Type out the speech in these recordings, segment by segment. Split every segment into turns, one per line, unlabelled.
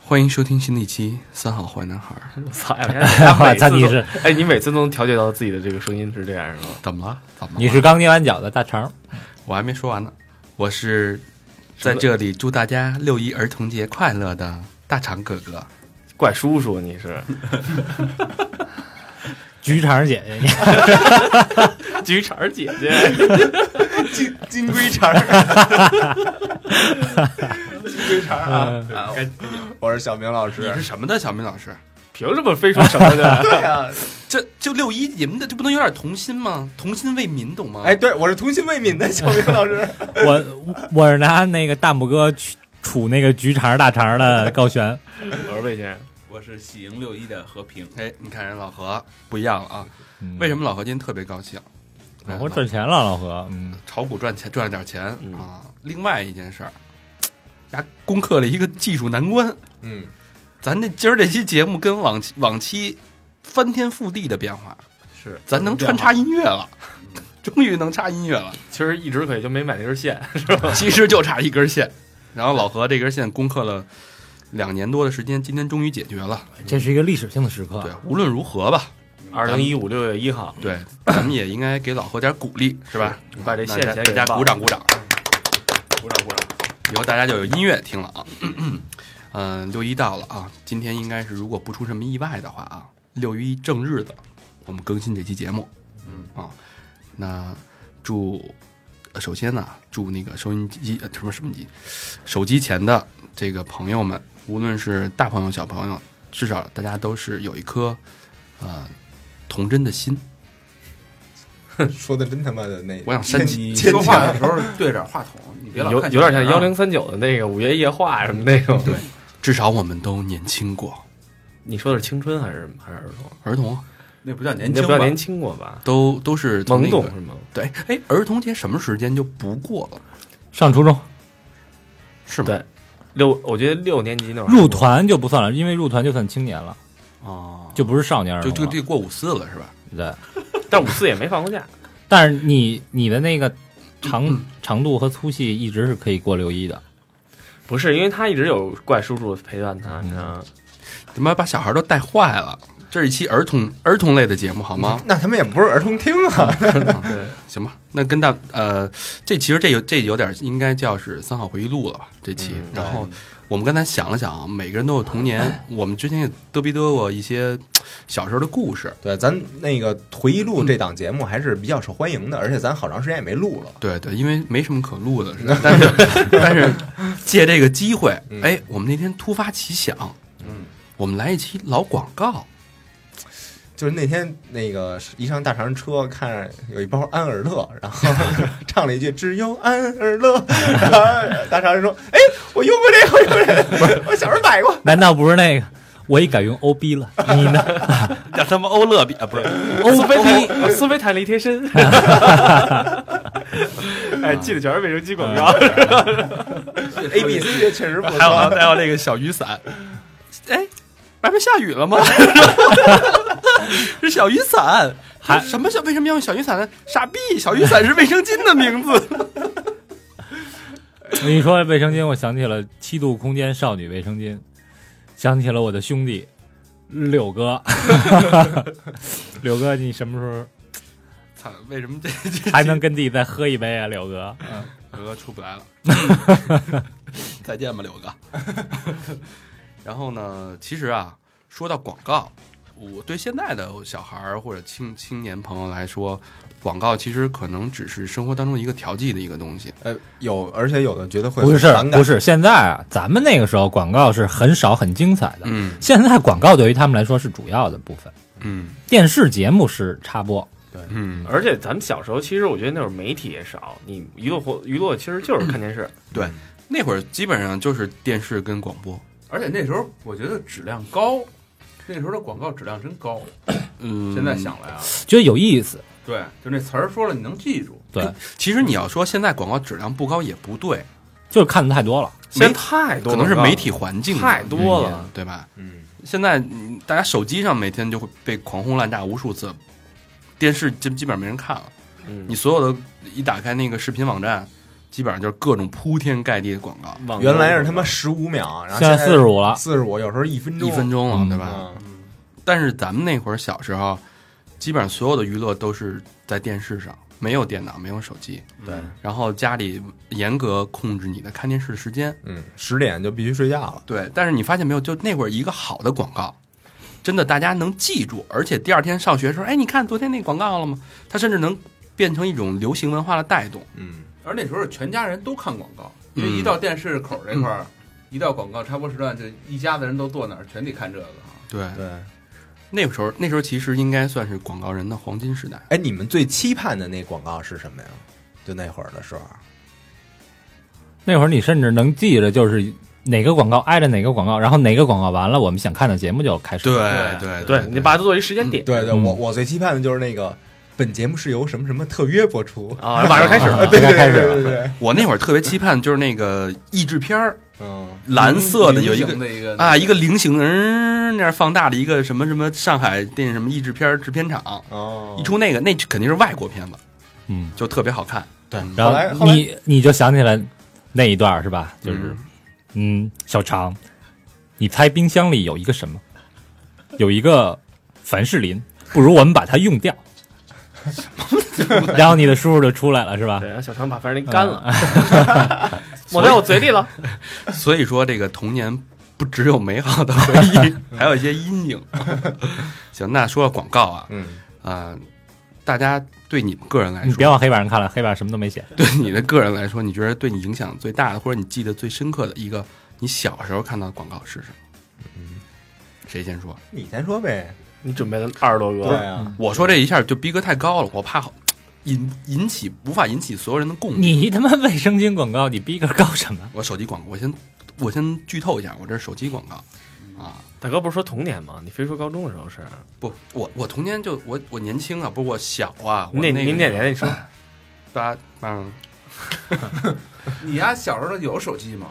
欢迎收听新的一期《三好坏男孩儿
操！ 哎，
操你是
哎，你每次都能调节到自己的这个声音是这样是吗？》。
怎么了？怎么了？
你是刚捏完脚的大肠，
我还没说完呢。我是在这里祝大家六一儿童节快乐的大长哥哥。
怪叔叔你 是，
菊肠姐姐， 你
菊肠儿姐姐， 金金龟肠儿，金龟肠儿啊！
嗯
啊
我是小明 老
你
师
是。什么的小明老师？
凭什么非说什么呢？
对呀，
这就六一，你们的这不能有点童心吗？童心为民，懂吗？
哎，，对，我是童心未泯的小明老师。
我我是拿那个大拇哥去杵那个菊肠大肠的高璇，
我说魏先生，
我是喜迎六一的和平，
哎，你看人老何不一样了啊！
嗯
为什？么老何今天特别高兴？
嗯
哎
我赚钱了，老何，嗯，
炒股赚钱赚了点钱、
嗯
啊。另外一件事儿，他攻克了一个技术难关。
嗯，
咱这今儿这期节目跟往期往期翻天覆地的变化，
是
咱能穿插音乐了，终于能插音乐了。
其实一直可以就没买那根线，
其实就差一根线，然后老何这根线攻克了两年多的时间，今天终于解决了。
这是一个历史性的时刻啊
对，无论如何吧，
二零一五六月一号，
对，咱们也应该给老何点鼓励，是吧？
把这线
那
先
大
给
家
忘了
鼓掌鼓掌，
鼓掌鼓掌。
以后大家就有音乐听了啊。 嗯，六一到了啊，今天应该是如果不出什么意外的话啊，六一正日子我们更新这期节目。嗯啊，那祝呃首先呢，祝那个收音机呃什么什么机，手机前的这个朋友们，无论是大朋友小朋友，至少大家都是有一颗呃童真的心。
说的真他妈的那，
我想删
你
机
说话的时候对着话筒，你别老
有
看
有点像
手机啊
幺零三九的那个午夜夜话什么那种。对，
至少我们都年轻过，
你说的是青春还是还是儿童？
儿童
那不叫年
你那
轻
不叫
吧？
年轻过吧？
都都是从
懵
那个
懂是吗？
对，哎，儿童节什么时间就不过了？
上初中
是吗？
对六，我觉得六年级那会儿
入团就不算了，因为入团就算青年了，
哦，
就不是少年儿
就就
童了。
就过五四了是吧？
对，
但五四也没放过假，
但是你你的那个
嗯
长长度和粗细一直是可以过六一的，
不是因为他一直有怪叔叔陪伴他，你知道吗？
怎么把小孩都带坏了？这是一期儿童儿童类的节目好吗？
那他们也不是儿童听 啊。
对。
行吧，那跟大呃，这其实这有这有点应该叫是三好回忆录了吧？这期，
嗯
然后我们刚才想了想啊，每个人都有童 年，我们之前也嘚逼嘚过一些小时候的故事。
对，咱那个回忆录这档节目还是比较受欢迎的，而且咱好长时间也没录了。
对对，因为没什么可录的，是 吧但是但是借这个机会，
嗯
哎，我们那天突发奇想，
嗯，
我们来一期老广告，
就是那天那个一上大长车，看有一包安尔乐，然后 唱了一句“只有安尔乐”，然后 大长说：“哎，我用过这个，我用过这个，我小时候买过。”
难道不是那个？我也改用 OB 了，你呢？
让他们欧乐比啊，不是
苏菲弹苏菲弹力贴身，哎，记得全是卫生巾广告。
A B C 这确实不
还有
错。
还有那个小雨伞，哎，外面下雨了吗？ 是小雨伞，还什么小？为什么要用小雨伞呢？傻逼，小雨伞是卫生巾的名字。
你说卫生巾，我想起了七度空间少女卫生巾，想起了我的兄弟柳 哥。 柳哥，你什么时
操，为什么这
候还能跟弟再喝一杯啊？柳 哥，
刘哥出不来了，再见吧，刘哥。 然后呢，其实啊，说到广告，我对现在的小孩儿或者青青年朋友来说，广告其实可能只是生活当中一个调剂的一个东西。
呃，有，而且有的觉得会
不是
反感
不是，现在啊，咱们那个时候广告是很少很精彩的，
嗯
现在广告对于他们来说是主要的部分，
嗯
电视节目是插播，
嗯，
而且咱们小时候，其实我觉得那会儿媒体也少，你娱乐活娱乐其实就是看电视。
那会儿基本上就是电视跟广播。
而且那时候我觉得质量高，那时候的广告质量真高，
嗯，
现在想来啊，
觉得有意思。
对，就那词儿说了你能记住，
对，
其实你要说现在广告质量不高也不对，
就是看的太多了，
现在太多
可
了，
能是媒体环境
太多了
原因，对吧？
嗯，
现在嗯大家手机上每天就会被狂轰滥炸无数次，电视基基本上没人看了。
嗯
你所有的一打开那个视频网站，基本上就是各种铺天盖地的广告，
网
原来是他妈十五秒，然后
现在四十五了，
四十五，有时候一分钟，
一分钟了，
嗯
对吧？
嗯
但是咱们那会儿小时候，基本上所有的娱乐都是在电视上，没有电脑，没有手机，
对，
然后家里严格控制你的看电视的时间。
嗯，十点就必须睡觉了。
对，但是你发现没有，就那会儿一个好的广告，真的大家能记住，而且第二天上学的时候，哎，你看昨天那广告了吗？它甚至能变成一种流行文化的带动。
嗯，
而那时候全家人都看广告，
嗯
因为一到电视口这块儿，一到广告插播时段，就一家子人都坐那儿，全得看这个啊。
对，
对。
那个时候，那时候其实应该算是广告人的黄金时代。
哎，你们最期盼的那广告是什么呀？就那会儿的时候，
那会儿你甚至能记着，就是哪个广告挨着哪个广告，然后哪个广告完了，我们想看的节目就开始。，
对
哎对你把它作为时间点
对对，
嗯
我我最期盼的就是那个，本节目是由什么什么特约播出，
啊，马上开始了。
对对
该开始
对
了
对对，
我那会儿特别期盼，就是那个译制片儿，
嗯，
蓝色的
菱
有一个
形的一个
啊，一个菱形的，嗯，那样放大的一个什么什么上海电影什么译制片儿制片厂，
哦，
一出那个，那肯定是外国片子，
嗯，
就特别好看。嗯对
然
后来
后
后来
你你就想起来那一段儿是吧？就是嗯，小常，你猜冰箱里有一个什么？有一个凡士林，不如我们把它用 掉。然后你的叔叔就出来了是吧
对，？然后小强把凡士林干了， 抹在我嘴里了。
嗯所以说，这个童年不只有美好的回 忆，还有一些阴影。 行，那说到广告啊，
嗯，
啊、大家对你们个人来
你
说，
别往黑板上看了，黑板上什么都没写。
对你的个人来说，你觉得对你影响最大的，或者你记得最深刻的一个，你小时候看到的广告是什么？
嗯
谁先说？
你先说呗，
你准备了二十多
对
个，
啊，
我说这一下就逼格太高了，我怕好引引起无法引起所有人的 共鸣。
你他妈卫生巾广告，你逼格高 什么？
我手机广告，我先我先剧透一下，我这是手机广告啊。
大哥不是说童年吗？你非说高中的时候是？
不，我我童年就我我年轻啊，不是我小啊，
你
我
哪
那
你哪年？你说
八 嗯，
你丫小时候有手机吗？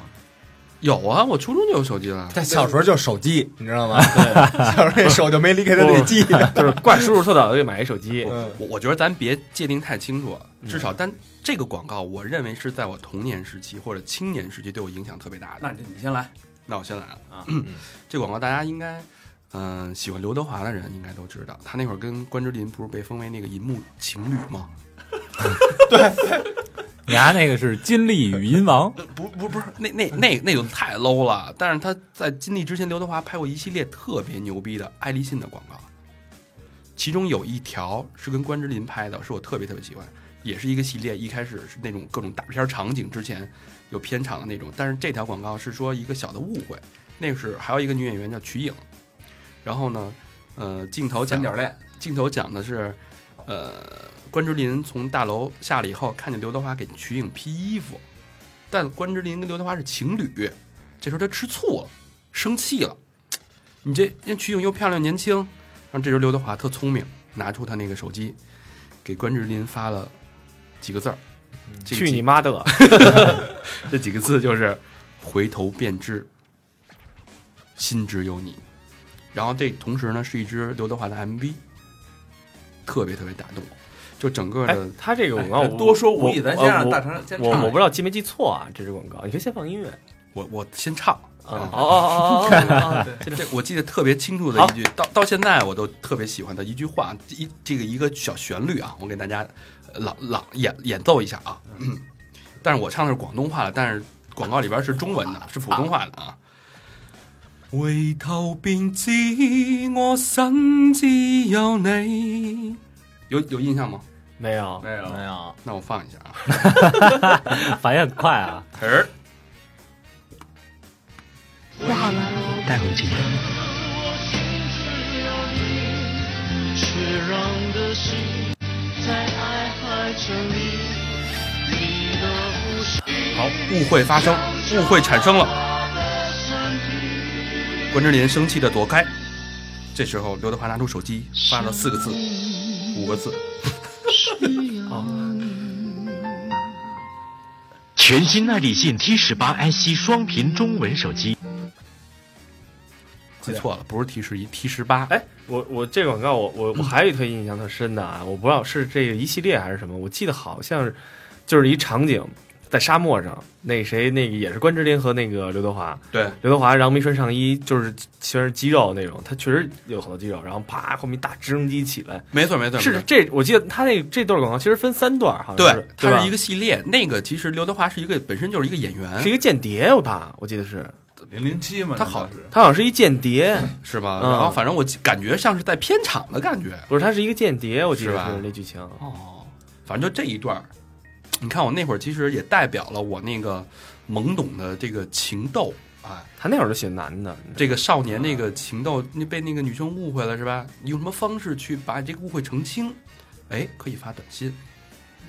有啊，我初中就有手机 了。
但小时候就手机，你知道吗？小时候那手就没离开他那
不
机，
就是怪叔叔特早就给买一手机，
嗯
我我觉得咱别界定太清楚，啊至
嗯
少但这个广告，我认为是在我童年时期或者青年时期对我影响特别大的。
那你你先来，
那我先来了
啊
这广告大家应该，嗯、喜欢刘德华的人应该都知道，他那会儿跟关之琳不是被封为那个银幕情侣吗？
你拿那个是金立语音王，
不不不是，那那那那就太 low 了。但是他在金立之前，刘德华拍过一系列特别牛逼的爱立信的广告，其中有一条是跟关之琳拍的，是我特别特别喜欢，也是一个系列。一开始是那种各种大片场景之前有片场的那种，但是这条广告是说一个小的误会，那是还有一个女演员叫瞿颖，然后呢，呃，镜头讲
三角恋，
镜头讲的是，呃，关之琳从大楼下来以后，看见刘德华给瞿颖披衣服，但关之琳跟刘德华是情侣，这时候他吃醋了，生气了。你这人瞿颖又漂亮年轻，然后这时候刘德华特聪明，拿出他那个手机，给关之琳发了几个字儿，这个
去
几
你妈的！
这几个字就是“回头便知，心只有你”。然后这同时呢是一支刘德华的 MV，特别特别打动我。就整个
哎
的，，
他这个广告我
多说无益，
我
咱先让
我
大肠先
我
唱
我不知道记没记错啊，这支广告，你可以先放音乐
我我先唱
啊。哦哦哦哦哦，
这我记得特别清楚的一句，到到现在我都特别喜欢的一句话，一这个一个小旋律啊，我给大家呃朗朗演演奏一下啊。 但是我唱的是广东话的，但是广告里边是中文的，是普通话的啊。回头便知我身只有你，有有印象吗？
没有
没有
没有，
那我放一下啊。
反应很快啊！
词儿，
我好了，
带回去。
嗯
却让的心在爱海沉溺，你的呼吸，
好，误会发生，误会产生了。关之琳生气的躲开，这时候刘德华拿出手机发了四个字，五个字， 啊
全新耐力信 T 十八 IC 双屏中文手机，
记错了，不是 T 十一，T 十八。
哎，我我这广告我我我还有一特印象特深的啊，我不知道是这个一系列还是什么，我记得好像是就是一场景在沙漠上，那谁那个也是关之琳和那个刘德华，
对，
刘德华然后没穿上衣，就是全是肌肉那种，他确实有很多肌肉，然后啪后面一大直升机起来，
没错没错，没
是
错
这我记得他那这段广告其实分三段，好像
对
是，
它
吧
是一个系列。那个其实刘德华是一个本身就是一个演员
是，一个间谍，我怕我记得是
零零七嘛，
他好
是
他好像是一间谍，
是吧？
嗯
然后反正我感觉像是在片场的感觉。
不是他是一个间谍，我记得
是吧
是那剧情，
哦，反正就这一段儿，你看我那会儿其实也代表了我那个懵懂的这个情窦，哎，
他那会儿就写男的，
这个少年那个情窦，那被那个女生误会了是吧？你用什么方式去把这个误会澄清？哎，可以发短信。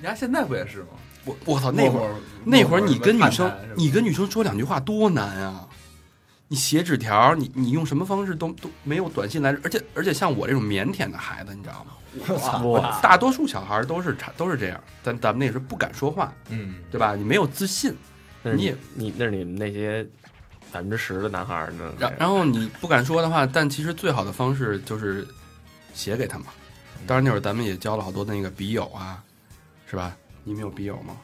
人家现在不也是吗？
我我操，那会
默
儿
默
那会儿你跟女
什么
生
探探什么，
你跟女生说两句话多难啊！你写纸条，你你用什么方式都都没有短信来，而且而且像我这种腼腆的孩子，你知道吗？
哇，
大多数小孩都是差都是这样，咱咱们那时候不敢说话，
嗯，
对吧？你没有自信，
那是
你也
你那是你们那些百分之十的男孩儿呢？
然然后你不敢说的话，但其实最好的方式就是写给他嘛。
嗯
当然那会儿咱们也交了好多那个笔友啊，是吧？你们有笔友吗？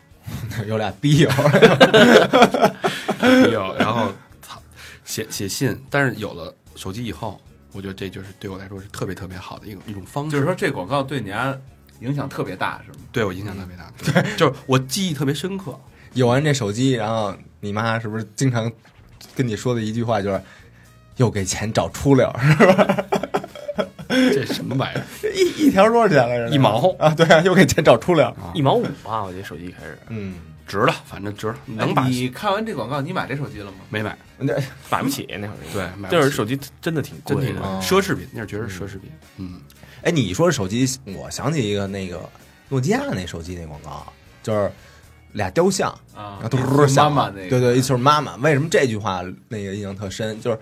有俩逼友，
没有，然后操，写写信，但是有了手机以后，我觉得这就是对我来说是特别特别好的一种一种方式，
就是说这广告对你家影响特别大，是吗？
对我影响特别大，对，就是我记忆特别深刻。
有完这手机，然后你妈是不是经常跟你说的一句话就是又给钱找出溜儿，
这什么玩意儿？
一一条多少钱来着？
一毛
啊，对啊，又给钱找出溜儿，
一毛五吧，我这手机开始
嗯，
值了，反正值了，能
哎
把
你看完这广告，你买这手机了吗？
没买，
买不起那会儿，
对，买
那会
不
儿
起
手机真的挺
真
贵
挺贵
的，
哦
奢侈品，那是绝对是奢侈品。嗯，
哎，你说手机，我想起一个那个诺基亚那手机那广告，就是俩雕像，
啊
然后嘟嘟嘟
妈
响
妈
了，
那个，
对对，就是妈妈。为什么这句话那个印象特深？就是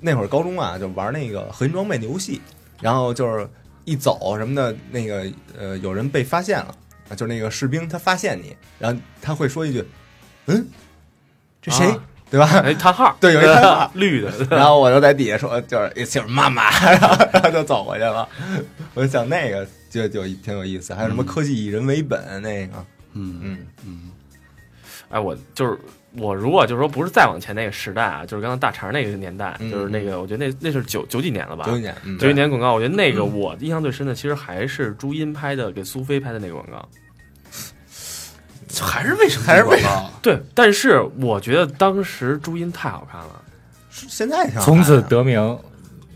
那会儿高中啊，就玩那个核心装备那游戏，然后就是一走什么的，那个呃，有人被发现了，啊，就是那个士兵他发现你，然后他会说一句，嗯，这谁？
啊
对吧？
哎，叹号，
对有一叹号
绿的，
然后我就在底下说，就是 It's your 妈妈， 然后然后就走过去了。我就想那个就就挺有意思，还有什么科技以人为本那个，
嗯
嗯，
嗯，
哎，我就是我，如果就是说不是再往前那个时代啊，就是刚刚大肠那个年代，
嗯
就是那个，我觉得那那是九九几年了吧？
九几年，嗯
九几年广告，我觉得那个我印象最深的，其实还是朱茵拍的，给苏菲拍的那个广告。
还是为什么？
还是为
什么？
对，但是我觉得当时朱茵太好看了，
是现在挺好
从此
看的
得名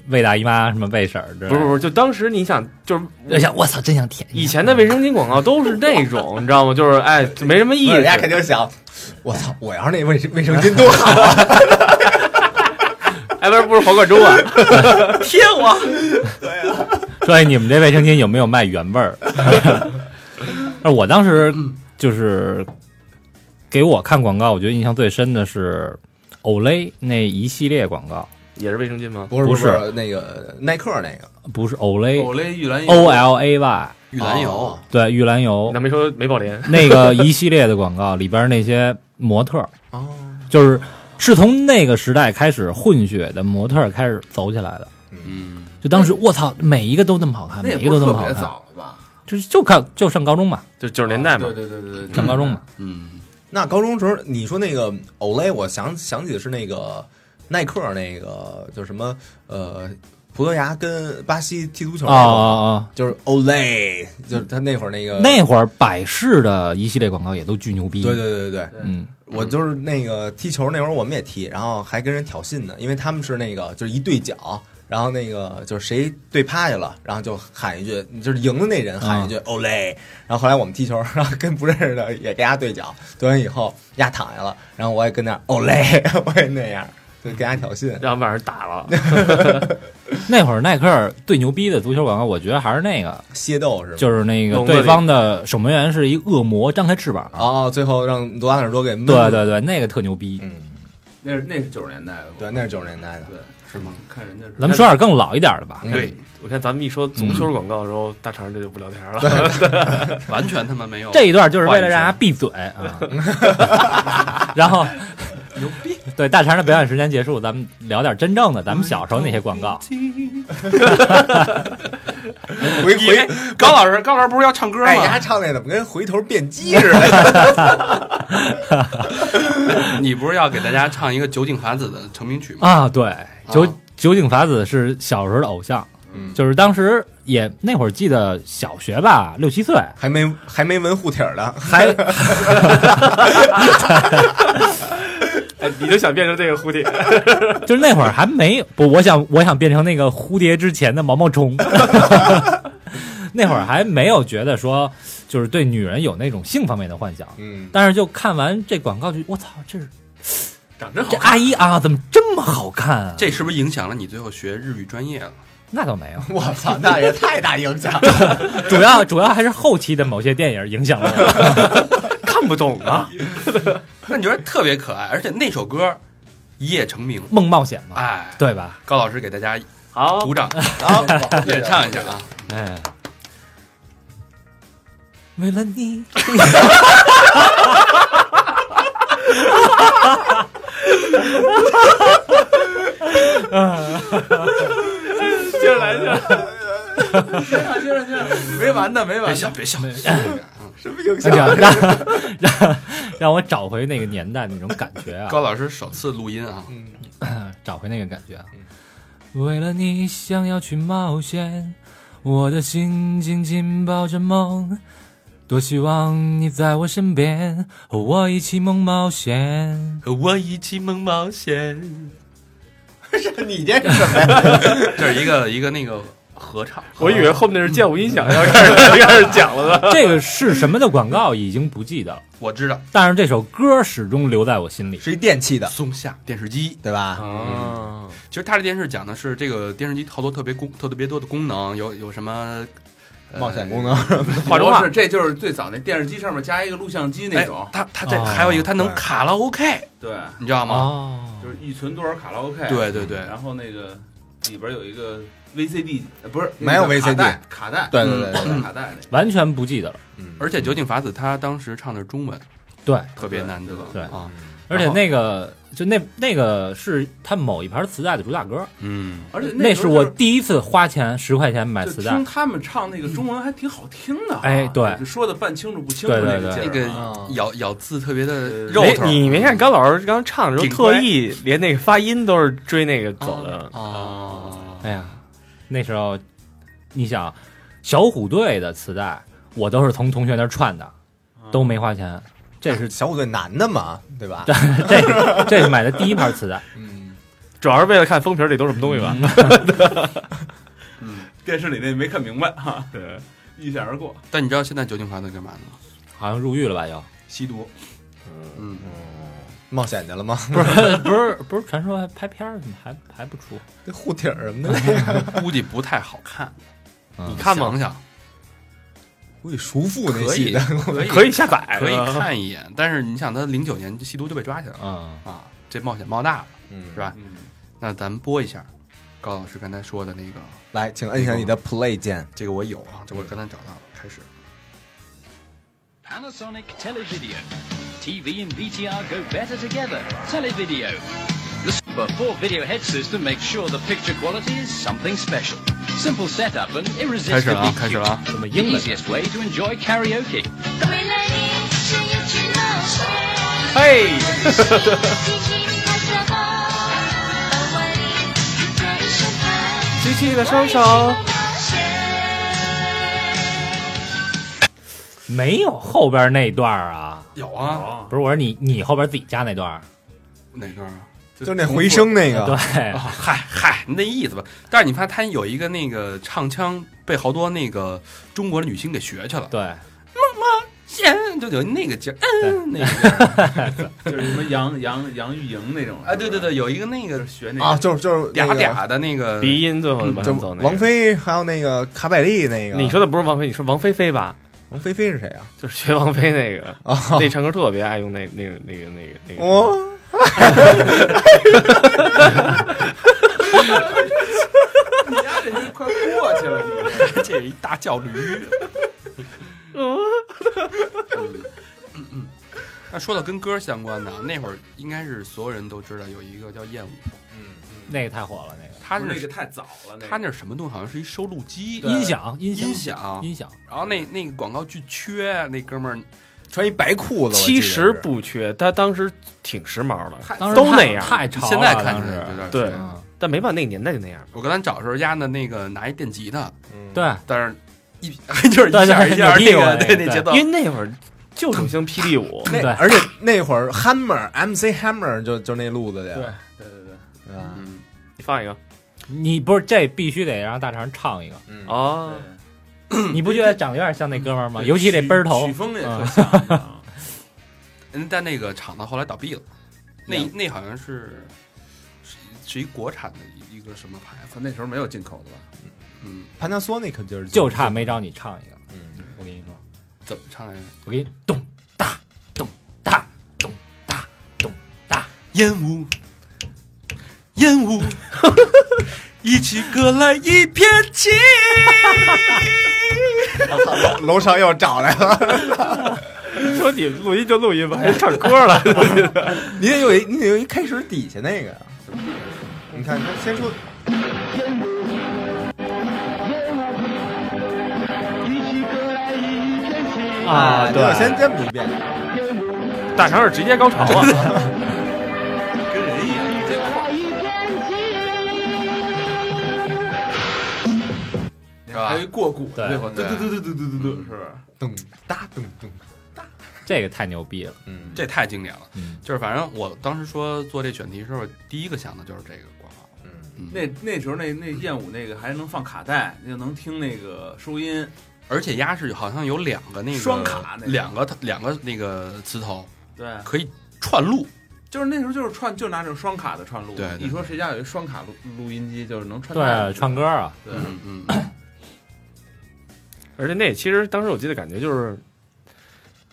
魏大姨妈什么魏婶儿，
不是不是，就当时你想，就是
我哎想我操，真想舔一
以前的卫生巾广告都是那种，你知道吗？就是哎，就没什么意
不
思
是人。家肯定想，我操，我要是那卫生卫生巾多好啊！
哎，不是不是黄贯中啊， 啊贴我。
下。说哎你们这卫生巾有没有卖原味儿？但我当时就是给我看广告，我觉得印象最深的是 Olay 那一系列广告，
也是卫生巾吗？
不是
不
是
是
那个耐克那个
不是 Olay
欧蕾玉兰油
O L A Y
玉兰油
哦，
对玉兰油
那没说美宝莲，
那个一系列的广告里边那些模特儿，
哦，
就是是从那个时代开始混血的模特儿开始走起来的。
嗯，
就当时我操，每一个都那么好看，
那
每
也
一
不
个
是
都那
特
么好
别
看，
早了吧？
就是就看就上高中嘛，
就九十年代嘛
对。对对对对，
上高中嘛。
嗯，
那高中时候你说那个 Olay，我想想起的是那个耐克那个就是什么呃，葡萄牙跟巴西踢足球
啊啊
就是 Olay，就是他那会儿那个
啊！那会儿百事的一系列广告也都巨牛逼。
呃对对对对对，
嗯，
我就是那个踢球那会儿我们也踢，然后还跟人挑衅呢，因为他们是那个就是一对角，然后那个就是谁对趴下了，然后就喊一句，就是赢的那人喊
啊
一句 o l a y 然后后来我们踢球，然后跟不认识的也跟他对角，对完以后丫躺下了，然后我也跟那 o l a y 我也那样，就跟他挑衅。
让外人打 了，
那会儿耐克儿最牛逼的足球广告，我觉得还是那个，
械斗是吧？
就是那个
笼子里
对方的守门员是一恶魔，张开翅膀。
哦，最后让罗纳尔多给闷
对
了。
对对，那个特牛逼。
嗯，
那是那是九十年代的，
对，那是九十年代的。嗯
对，
是吗？
看人家是
咱们说点更老一点的吧。
对，
我看咱们一说足球广告的时候，大肠这就不聊天了。
完全他妈没有
这一段就是为了让大家闭嘴啊。 然后，
牛逼，
对大肠的表演时间结束，咱们聊点真正的，咱们小时候那些广告。
回回
高老师，高老师不是要唱歌吗？
哎，丫唱那怎么跟回头变鸡似的？
你不是要给大家唱一个酒井法子的成名曲吗？
啊，对，酒酒井法子是小时候的偶像，
嗯
就是当时也那会儿记得小学吧，六七岁，
还没还没纹护体儿呢，
还
哎， 你就想变成这个蝴蝶，
就是那会儿还没有不，我想我想变成那个蝴蝶之前的毛毛虫，那会儿还没有觉得说就是对女人有那种性方面的幻想，
嗯，
但是就看完这广告就我操，这是
长真好
这。阿姨啊，怎么这么好看啊？
这是不是影响了你最后学日语专业了？
那倒没有，
我操，那也太大影响了。
主要主要还是后期的某些电影影响了我。
看不懂啊。
那你觉得特别可爱，而且那首歌一夜成名，
梦冒险嘛，
哎，
对吧？
高老师给大家
好，
鼓掌，
好，
演唱一下啊！
哎，为了 你，
接着来，接着来。
没完的，没
别
完
笑，
的。
别笑，
让让让让我找回那个年代那种感觉啊！
高老师首次录音啊，
找回那个感觉啊。为了你，想要去冒险，我的心紧紧抱着梦，多希望你在我身边，和我一起梦冒险。
和我一起梦冒险，
你这是什么呀？
这是一个一个那个合唱。
我以为后面是剑舞音响，要 开始开始讲了呢。
这个是什么的广告已经不记得了，
我知道，
但是这首歌始终留在我心里。
是一电器的，
松下电视机，
对吧？
啊，
其实它这电视讲的是这个电视机好多特别功特别多的功能，有有什么、呃
冒险功能，
化妆
不
画
是，这就是最早那电视机上面加一个录像机那种
哎，它它这
哦
还有一个它能
对
卡拉 OK，
对，
你知道吗？
哦
就是一存多少卡拉 OK，，
对对对，
然后那个里边有一个 VCD，呃不是
没有
那个
VCD
卡带，卡带，
对对对 对
嗯卡带那个
完全不记得了。
嗯
而且酒井法子他当时唱的是中文，
对，
特别难得
对
啊，
而且那个就那那个是他某一盘磁带的主打歌，
嗯，
而且
那
时
是
候
我
就是
第一次花钱十块钱买
就
磁带
听。他们唱那个中文还挺好听的啊，
哎对
就说的半清楚不清楚
对对
那个
对
那
劲儿
个
啊
咬咬字特别的肉
没
头，
你没看高老师刚唱的时
顶
候，
乖
特意连那个发音都是追那个走的。
哦，
哎呀，那时候你想，小虎队的磁带我都是从同学那儿串的，都没花钱。这是
小虎队男的嘛，对吧？
这是这是买的第一盘磁带，
嗯，
主要是为了看封皮儿里都是什么东西吧？
嗯，电视里那没看明白哈，
对，
一闪而过，
但你知道现在酒井法子干嘛呢？
好像入狱了吧？又
吸毒，嗯，
冒险去了吗？
不是不是不是，传说还拍片儿，怎么还还不出？
这护体儿什么的，
估计不太好看，
嗯
你看吗？想想
估计熟妇那
可
戏
以
的，
可以
可以下载，
可以看一眼，但是你想他零九年吸毒就被抓起来了
嗯，
啊，这冒险冒大了，
嗯
是吧？那咱们播一下高老师刚才说的那个，
来，请摁下你的 play 键。
这个我有啊，这我刚才找到了，开始。
Panasonic Televideo. TV and VTR go better together. Televideo. The Super 4 video head system makes sure the picture quality is something special. Simple setup and
开始
irresistibly
了啊，开
cute.
始了啊！
怎么
The
英文？
easiest way to enjoy karaoke.
未来に一緒に行きましょう
嘿，
一緒に遊ぼう終わり最初から
举起你的双手。
没有后边那段儿啊？
有啊，
不是，我说你你后边自己加那段儿，
哪段啊？哦
就是那回声那
对
个，，
嗨嗨，那意思吧。但是你发现他有一个那个唱腔被好多那个中国的女星给学去了，
对，
先就有那个劲儿，嗯，那个劲儿
就是什么杨杨杨钰莹那种
哎，对对对，有一个那个
学那
啊，
个
就是就是那
嗲
个，
嗲的那个
鼻音最后往
就
上走那个
王。菲，还有那个卡百利那个。
你说的不是王菲，你说王菲菲吧？
王菲菲是谁啊？
就是学王菲那个，
啊，
那唱歌特别爱用那那哦个那个那个那个。
哦，
你家这快过去了，你
这一大叫驴。嗯那说到跟歌相关的，那会儿应该是所有人都知道有一个叫燕舞，
那个太火了，那个
他那
那个太早了，那个
他那什么东西，好像是一收录机、
音响音响
音响。
音响，
然后那那个广告巨缺，那哥们儿
穿一白裤子，我记
其
得是
实不缺，他当时挺时髦的，
哎
当时
都
太
那样
太潮了，啊
现在看
当
起来有
时
点
对
缺
嗯
但没办法，那个年代就那样。
我刚才找的时候，丫的那个拿一电吉他，
嗯
对，
但是一 就是一下一下那
对对
个
有
对
屁股那个
那节奏
因为，那会儿就流行霹雳舞，
那
对
而且那会儿 Hammer MC Hammer 就就那路子的呀，
对
呃
对对，
对吧？
嗯，
你放一个
你不是这必须得让大肠唱一个，
嗯，
哦，
嗯
你不觉得长得有点像那哥们儿吗？尤其这奔儿头
曲，风也特像你知道吗，
嗯但那个厂子后来倒闭了，那那好像是是是一国产的一个什么牌子，
操，那时候没有进口的吧？
嗯，
潘家索那可就是
就差没找你唱一个。
嗯
我跟你说，
怎么唱来着？
我给你咚哒咚哒咚哒咚哒，
烟雾，烟雾，一起割来一片情。
楼上又找来了，
说你录音就录音吧，还唱歌了，
你得有一你得有一开始底下那个呀，你看，先说
啊，
对，先这么一遍，
大肠是直接高潮啊！
是吧
还有一过鼓，
对
吧？对
对
对对对对对对，是吧？
咚哒咚咚，
这个太牛逼了，
嗯，
这太经典了。
嗯，
就是反正我当时说做这选题的时候，第一个想的就是这个广告。
嗯
嗯，
那那时候那那燕舞那个还能放卡带，又能听那个收音，
而且鸭是好像有两个那个
双卡那个
两个两个那个磁头
对，
可以串录。
就是那时候就是串，就拿这种双卡的串录。
对对
一说谁家有一双卡录录音机，就是能串
对，
串
唱歌啊，
对，
嗯嗯，
而且那其实当时我记得感觉就是。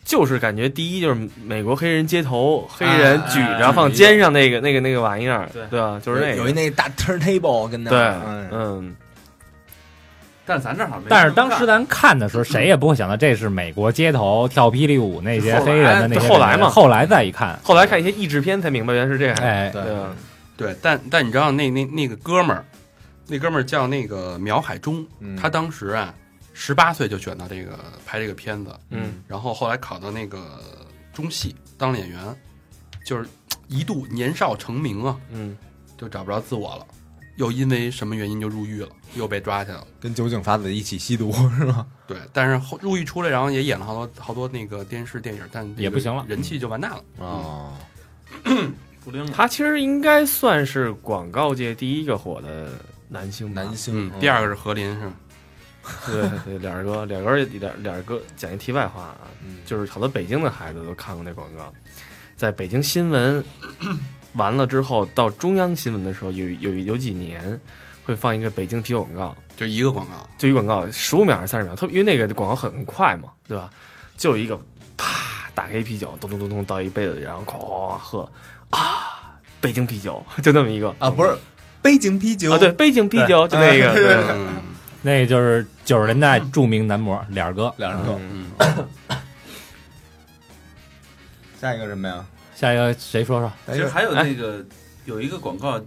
就是感觉第一就是美国黑人街头，黑人举着放肩上那个那个那个玩意儿，
对
对吧？就是那
有
个，
一那大 turntable 跟那
对
儿，，嗯
嗯，
但咱这儿好像没。
但是当时咱看的时候，谁也不会想到这是美国街头跳霹雳舞那些
后来
黑人的那些
后来嘛
后来再一看，
后来看一些译制片才明白原来是这样，
哎，
对
对吧，
对。但但你知道那那那个哥们儿，那哥们儿叫那个苗海中，
嗯
他当时啊十八岁就选到这个拍这个片子，
嗯，
然后后来考到那个中戏当了演员，就是一度年少成名啊，
嗯，
就找不着自我了，又因为什么原因就入狱了，又被抓起来了。
跟酒井法子一起吸毒是吗？
对，但是后入狱出来，然后也演了好多好多那个电视电影，但这
也不
个
行了
人气就完蛋了。
哦，
不灵了，
他其实应该算是广告界第一个火的男星吧，
男星
嗯，，第二个是何林，是吧？
对对，脸儿哥，脸儿哥，脸儿脸儿哥，讲一题外话啊，
嗯
就是好多北京的孩子都看过那广告，在北京新闻完了之后，到中央新闻的时候，有有有几年会放一个北京啤酒广告，
就一个广告，
就一广告十五秒还是三十秒，特别因为那个广告很快嘛，对吧？就有一个啪打开一啤酒，咚咚咚咚倒一杯子里，然后哐哐哐喝啊，北京啤酒，就那么一个
啊，不是北京啤酒啊
啊，对，，北京啤酒就那个，
对
对哦
嗯
那个就是九十年代著名男模脸儿哥。
两人口。
嗯，
下一个什么呀？哎
下一个谁说说？
下
哎
其
一
实
个
还
哎
有那个有一个广告，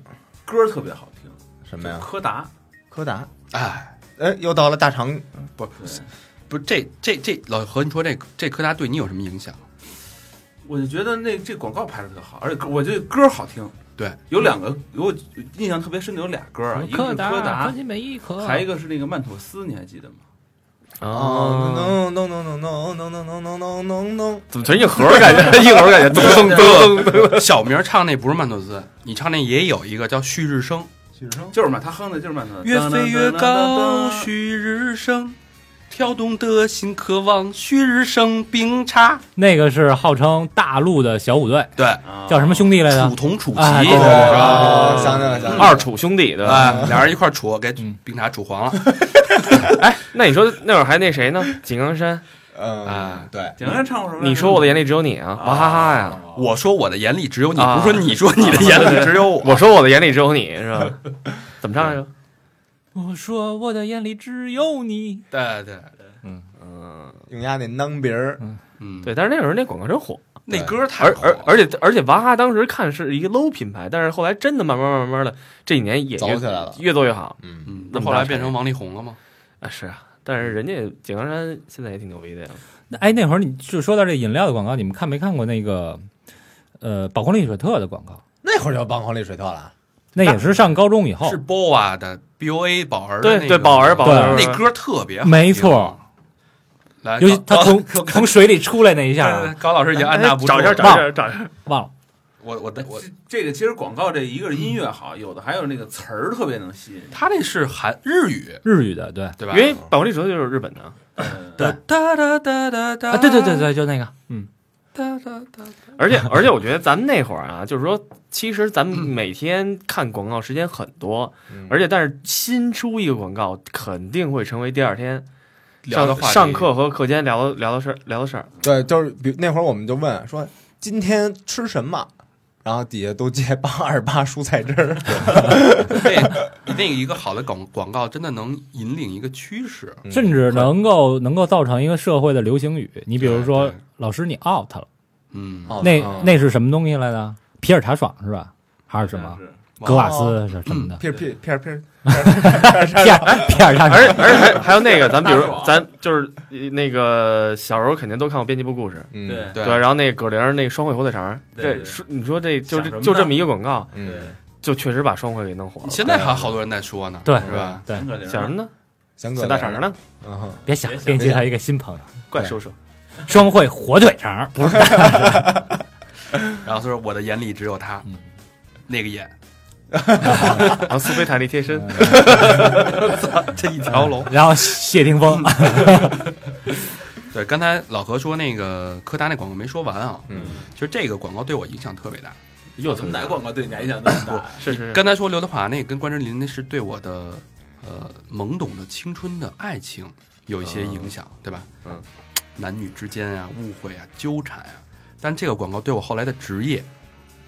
歌儿特别好听，
什么
就
啊
呀？
柯达，
柯达。
哎，
哎，又到了大肠，
对，
不是这这这老何，你说这这柯达对你有什么影响？
我就觉得那这广告拍的特好，而且我觉得歌儿好听。
对，
有两个我印象特别深的有俩歌儿啊，一个是柯达，
心每一颗
还有一个是那个曼妥思，你还记得吗？
哦，
哦，no no no no no no no no no no no，
怎么全硬核儿感觉， 硬核儿 感觉，咚咚咚咚。
小明唱那不是曼陀斯，你唱那也有一个叫《旭日升
许生，
就是嘛，他哼的就是曼妥》，思。
越飞越高，
噔噔噔噔噔
旭日升，跳动的心渴望旭日升，冰茶
那个是号称大陆的小虎队，
对，
啊
叫什么兄弟来着
楚？同楚齐
啊对
是吧？
哦，想起来了，想起来了
二楚兄弟对吧？
哎，俩人一块儿杵，给
嗯
冰茶杵黄了。
哎，那你说那会儿还那谁呢？井冈山，
嗯，对，
井上唱过什么来着？
你说我的眼里只有你啊，娃哈哈呀！
我说我的眼里只有你，
啊
不是说你说你的眼里只有我。
我说我的眼里只有你是吧？怎么唱来着？
我说我的眼里只有你。
对对对，
嗯
嗯，
用家那囊鼻儿，
嗯，
对，但是那会儿那广告真火，
那歌太
而
火
而
了，
而且而且娃哈哈当时看是一个 low 品牌，但是后来真的慢慢慢慢的这几年也
走
越
起来了
越做越好
嗯，
嗯，那后来变成王力宏了吗？
啊。是啊，但是人家井冈山现在也挺牛逼的呀。
那哎，那会儿你就说到这饮料的广告，你们看没看过那个呃宝矿力水特的广告？
那会儿就帮黄丽水特了，
那也是上高中以后
是，BOA 的 BOA 宝儿的
哦对
那
对，
个
宝儿宝儿
那歌特别好听，
没错
来，
尤其
高
他从
高
从水里出来那一
对对
下啊
对，高老师已经按捺不住
哎找一下
了。
找一下找一 下，
忘了。
我我的我
这这个其实广告这一个是音乐好，有的还有那个词儿特别能吸引人。
他这是韩日语
日语的，对啊，
对吧？
因为宝矿力水特就是日本的，啊
嗯
对
哒哒哒哒哒
啊对对对对，就那个，嗯，
哒哒哒。
而且而且我觉得咱们那会儿啊，就是说，其实咱
嗯
们每天看广告时间很多，而且但是新出一个广告肯定会成为第二天
聊的
上
话题
上 课和课间聊的聊的事儿聊的事儿。
对，就是比那会儿我们就问说今天吃什么，然后底下都接八二八蔬菜汁 儿，
那那一个好的广广告真的能引领一个趋势，
嗯
甚至能够能够造成一个社会的流行语。你比如
对
说
对，
老师你 out 了，
嗯，
哦
那
嗯
那是什么东西来的？皮尔茶爽是吧？还是什么？格瓦斯是什么的？
片儿片儿片儿片儿
皮尔 皮尔茶
而
爽，
而且还还有那个，咱比如咱就是呃那个小时候肯定都看过《编辑部故事》，
嗯
对，
对
对，然后那个葛玲儿那个双汇火腿肠儿，
对对
这
对
是你说这就
想什
这
么
就这
呢
么一个广告，
嗯，
就确实把双汇给弄火了。
现在还好多人在说呢，
对
是吧？
对
想，可怜
想什么呢？
想
想
搁
大肠儿呢？
嗯哼，
别想，给你介绍一个新朋友，
怪叔叔。
双汇火腿肠，不是
然后他说我的眼里只有他，那个眼，
然后苏菲塔利贴身，
嗯
这一条龙。
然后谢霆锋，
对，刚才老何说那个柯达那广告没说完啊，
嗯，
其实这个广告对我影响特别大。
又怎
怎么哪个广告对你影响那么大？
是是是
刚才说刘德华那跟关之琳那是对我的呃懵懂的青春的爱情有一些影响，对吧？
嗯，
男女之间啊，误会啊，纠缠啊，但这个广告对我后来的职业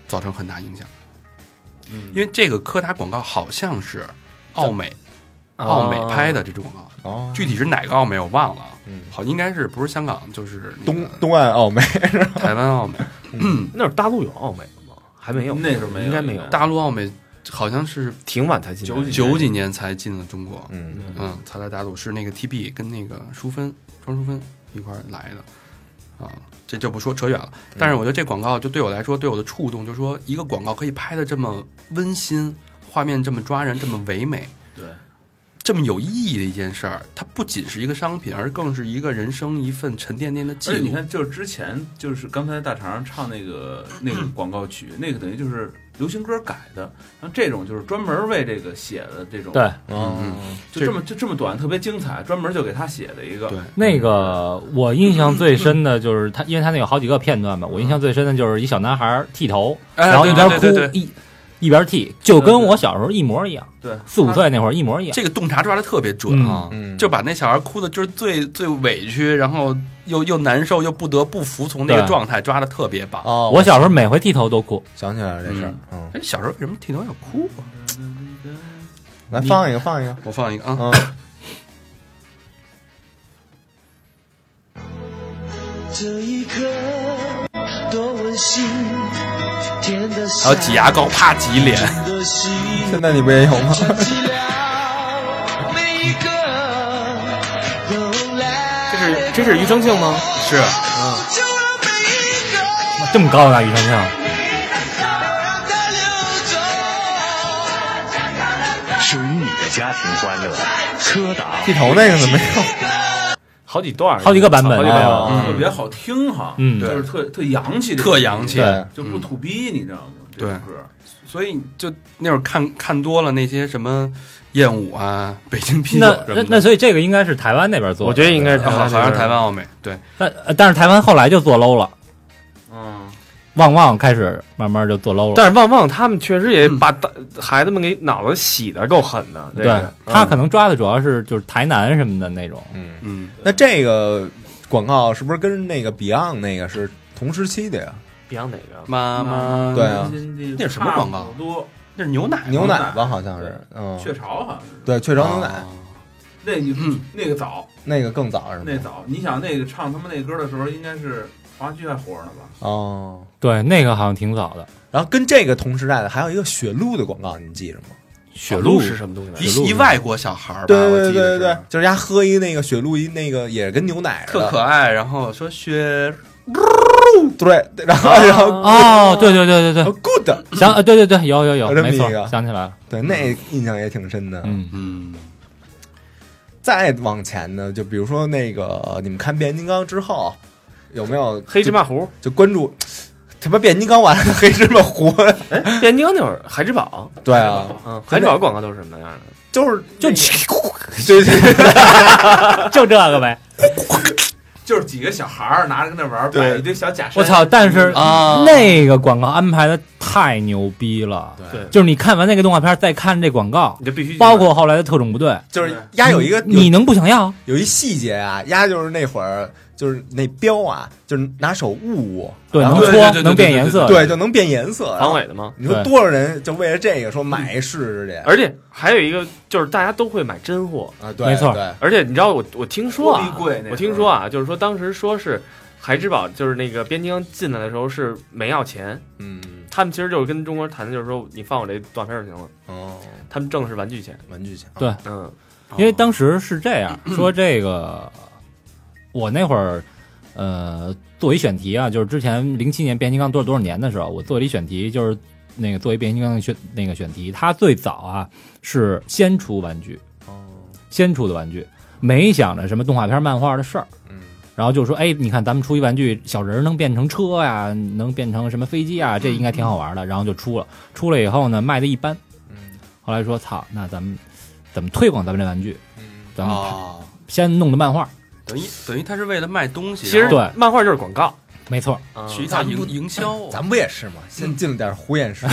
造成很大影响，
嗯
因为这个柯达广告好像是奥美
啊
奥美拍的这支广告，
哦，
具体是哪个奥美我忘了啊。
嗯
好，应该是不是香港就是那
东
个
东岸奥美，
台湾奥美，
那会儿大陆有奥美吗？还没有，
那时候没有
应该没有，
大陆奥美好像是
挺晚才进来的。
九
九几年才进了中国，
嗯
嗯，才来大陆是那个 TB 跟那个淑芬庄淑芬一块儿来的，啊，这就不说扯远了。
嗯
但是我觉得这广告就对我来说，对我的触动，就是说一个广告可以拍的这么温馨，画面这么抓人，这么唯美，
对，
这么有意义的一件事儿，它不仅是一个商品，而更是一个人生一份沉甸甸的记
而且
录。
你看，就是之前就是刚才大肠唱那个那个广告曲，那个等于就是流行歌改的，像这种就是专门为这个写的这种，
对，
嗯
就这么就这么短，特别精彩，专门就给他写的一个，
对，
那个我印象最深的就是他，因为他那有好几个片段嘛，我印象最深的就是一小男孩剃头，
哎
然后一边
对
哭
对对对
一一边剃，就跟我小时候一模一样，
对，
四五岁那会儿一模一样。
这个洞察抓的特别准啊，
嗯嗯
就把那小孩哭的，就是最最委屈，然后又又难受，又不得不服从那个
对
状态，抓的特别棒。
哦，
我小时候每回剃头都哭，
想起来了这事儿，嗯，
哎，小时候为什么剃头要哭啊？
来放一个放一个，
我放一个啊，
嗯，
这一刻多温馨，甜的
然后挤牙膏啪挤脸，
的心，
现在你不也有吗？
想起了每一个都来，
这是这是庾澄庆吗？
是
救了每一个
哇这么高啊的大庾澄庆，
让它流走。
属于你的家庭欢乐，柯达
剃头那个怎么没有？
好几段儿，
好几个版本啊
好几个版本。
哦
特别好听哈，
嗯
啊嗯就是特特洋气，
特洋气。
对
就不土逼，你知道吗？这
对
首歌，
所以就那会儿看看多了那些什么艳舞啊、北京啤酒
那
什
那
么
那
的，
所以这个应该是台湾那边做的，
我觉得应该是
好
台湾那边
像台湾奥美对，
但呃但是台湾后来就做 low 了，
嗯，
旺旺开始慢慢就做 low 了。
但是旺旺他们确实也把大孩子们给脑子洗的够狠的，这
对
个嗯
他可能抓的主要是就是台南什么的那种，
嗯，
嗯，
那这个广告是不是跟那个 Beyond 那个是同时期的呀？
Beyond 哪个？
妈妈
对啊
那
那是什么广告
多，
那是牛奶吗
牛奶吧，好像是，嗯，
雀巢好像是
对雀巢牛奶，
那
嗯
那个早，
那个更早是吗？
那早，你想那个唱他们那歌的时候，应该是华剧还活着呢吧？
哦，
对，那个好像挺早的。
然后跟这个同时代的还有一个雪露的广告，你记着吗？
雪露
是什么东西来着？
一一外国小孩儿吧，
对
我
对对
记
对
得
对
是，
就是人家喝一那个雪露一那个也是跟牛奶似
特
的，
可爱。然后说雪
对，然后然后
哦，对对对对
然后
对，
good，
想呃，对对对，有有有，
有这么
没错
一个，
想起来了，
对，那印象也挺深的。
嗯，
嗯，
再往前呢，就比如说那个你们看变形金刚之后，啊有没有
黑芝
就
麻糊，
就关注？他妈变形金刚完了，黑芝麻糊，
变形金刚那会儿海之宝，
对啊，
嗯，海之宝广告都是什么样的？
就是
就
就就
就这个呗。
就是几个小孩儿拿着跟那玩儿，
对
摆一堆小假山。
我操！但
嗯
是
啊
那个广告安排的太牛逼了，
对
就是你看完那个动画片，再看这广告，
你就必须
包括后来的特种部队，
就是丫有一个
你能不想要？
有一细节啊，丫就是那会儿就是那标啊，就是拿手捂捂，
对，
然
能
后
啊对对对
搓
对，
能变颜色，
对就能变颜色。然
防
后
伪的吗？
你说
对
多少人就为了这个说买一试试去
而且还有一个就是大家都会买真货，
啊？对，
没错
对，
而且你知道我我听说啊
玻璃柜那时，候
我听说啊，就是说当时说是孩之宝，就是那个边疆进来的时候是没要钱，
嗯，
他们其实就是跟中国人谈的就是说你放我这断片儿就行了，
哦，
他们挣的是玩具钱，
玩具墙，
对
嗯，
因
哦
为当时是这样 说，这个我那会儿呃做一选题啊，就是之前零七年变形金刚多少多少年的时候，我做了一选题，就是那个做一变形金刚的选那个选题，它最早啊是先出玩具，
哦，
先出的玩具，没想着什么动画片、漫画的事儿。
嗯，
然后就说，哎，你看咱们出一玩具，小人儿能变成车呀、能变成什么飞机啊，这应该挺好玩的。然后就出了，出了以后呢，卖的一般。
嗯
后来说，操，那咱们怎么推广咱们这玩具？
嗯，
咱们
啊，
先弄的漫画，
等于等于他是为了卖东西，
其实
然后
对
漫画就是广告，
没错，
嗯
去一趟营营销，
咱们不也是吗？先进了点虎眼石，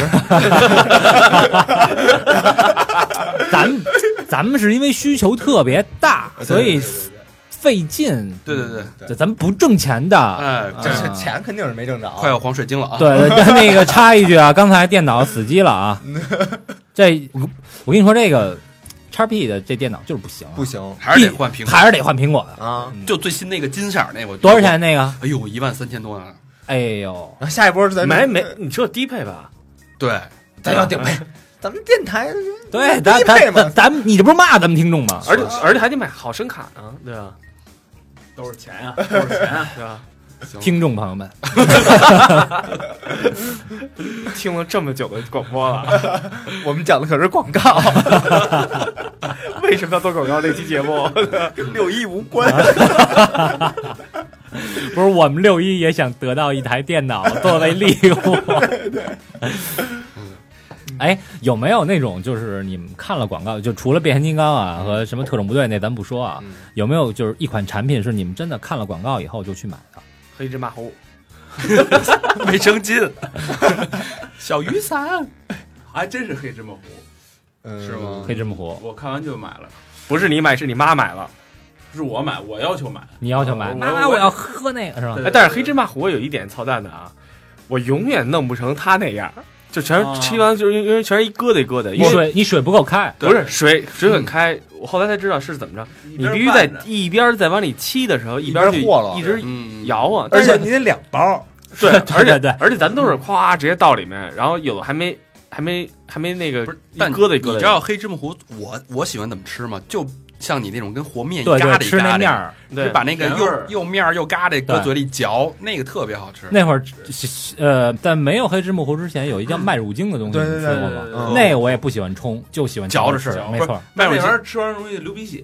咱们咱们是因为需求特别大，
啊
所以费劲。
对对对，
对
对，咱们不挣钱的。
哎，
这
这
是钱肯定是没挣着，
快要黄水晶了啊！
对对， 对那个插一句啊，刚才电脑死机了啊。这我我跟你说，这个叉 P 的这电脑就是不行啊，
不行
还是得换苹果，
还是得换苹果的。
啊。
就最新那个金色儿那个
多少？钱那个？
哎呦，一万三千多呢！
哎呦，
然后下一波是咱呃
没没，你说低配吧，
对，
咱 要顶配，咱们电台
对，咱
低配
咱
嘛
咱咱们，你这不是骂咱们听众吗？
而且而且还得买好声卡呢，对吧？
啊都是钱啊，都是钱啊。
对吧？
听众朋友们，
听了这么久的广播了，
我们讲的可是广告，
为什么要做广告？那期节目
跟六一无关。
不是我们六一也想得到一台电脑作为礼物。哎，有没有那种就是你们看了广告，就除了变形金刚啊和什么特种部队那咱不说啊，
嗯
有没有就是一款产品是你们真的看了广告以后就去买的？
黑芝麻糊，
卫生巾，小雨伞，
还哎真是黑芝麻糊，
嗯
是吗
黑芝麻糊，
我看完就买了，
不是你买，是你妈买了。
是我买，我要求买。
你要求买？
我
妈妈，我要喝那个是吧？
哎，但是黑芝麻糊有一点操蛋的啊，我永远弄不成他那样，就全
啊
是吃完就是因为全是一疙瘩一疙瘩，因
你
为
水你水不够开，
不是水水很开，我后来才知道是怎么着，你必须在一边在往里沏的时候，一边
一边
去
和了
一直
嗯，
摇啊，
而且
但是
你得两包，
对，而且
对对
而且咱们都是夸直接倒里面，然后有的还没还没还没那个
不是，
一
但
疙瘩一
你
疙
知
瘩，
道黑芝麻糊，我我喜欢怎么吃吗？就像你那种跟和面
对
嘎
对，
的一
吃
嘎
那
的，
面儿。
对
就把那个
甜味儿
又又面儿又嘎的搁
对
嘴里嚼，那个特别好吃。
那会儿，呃，在没有黑芝麻糊之前，有一叫麦乳精的东西，
对
你
对
吃
对
过吗？
对
嗯
那个我也不喜欢冲，就喜欢
嚼着
吃
吃，
没错。
那玩意
麦乳
儿吃完容易流鼻血，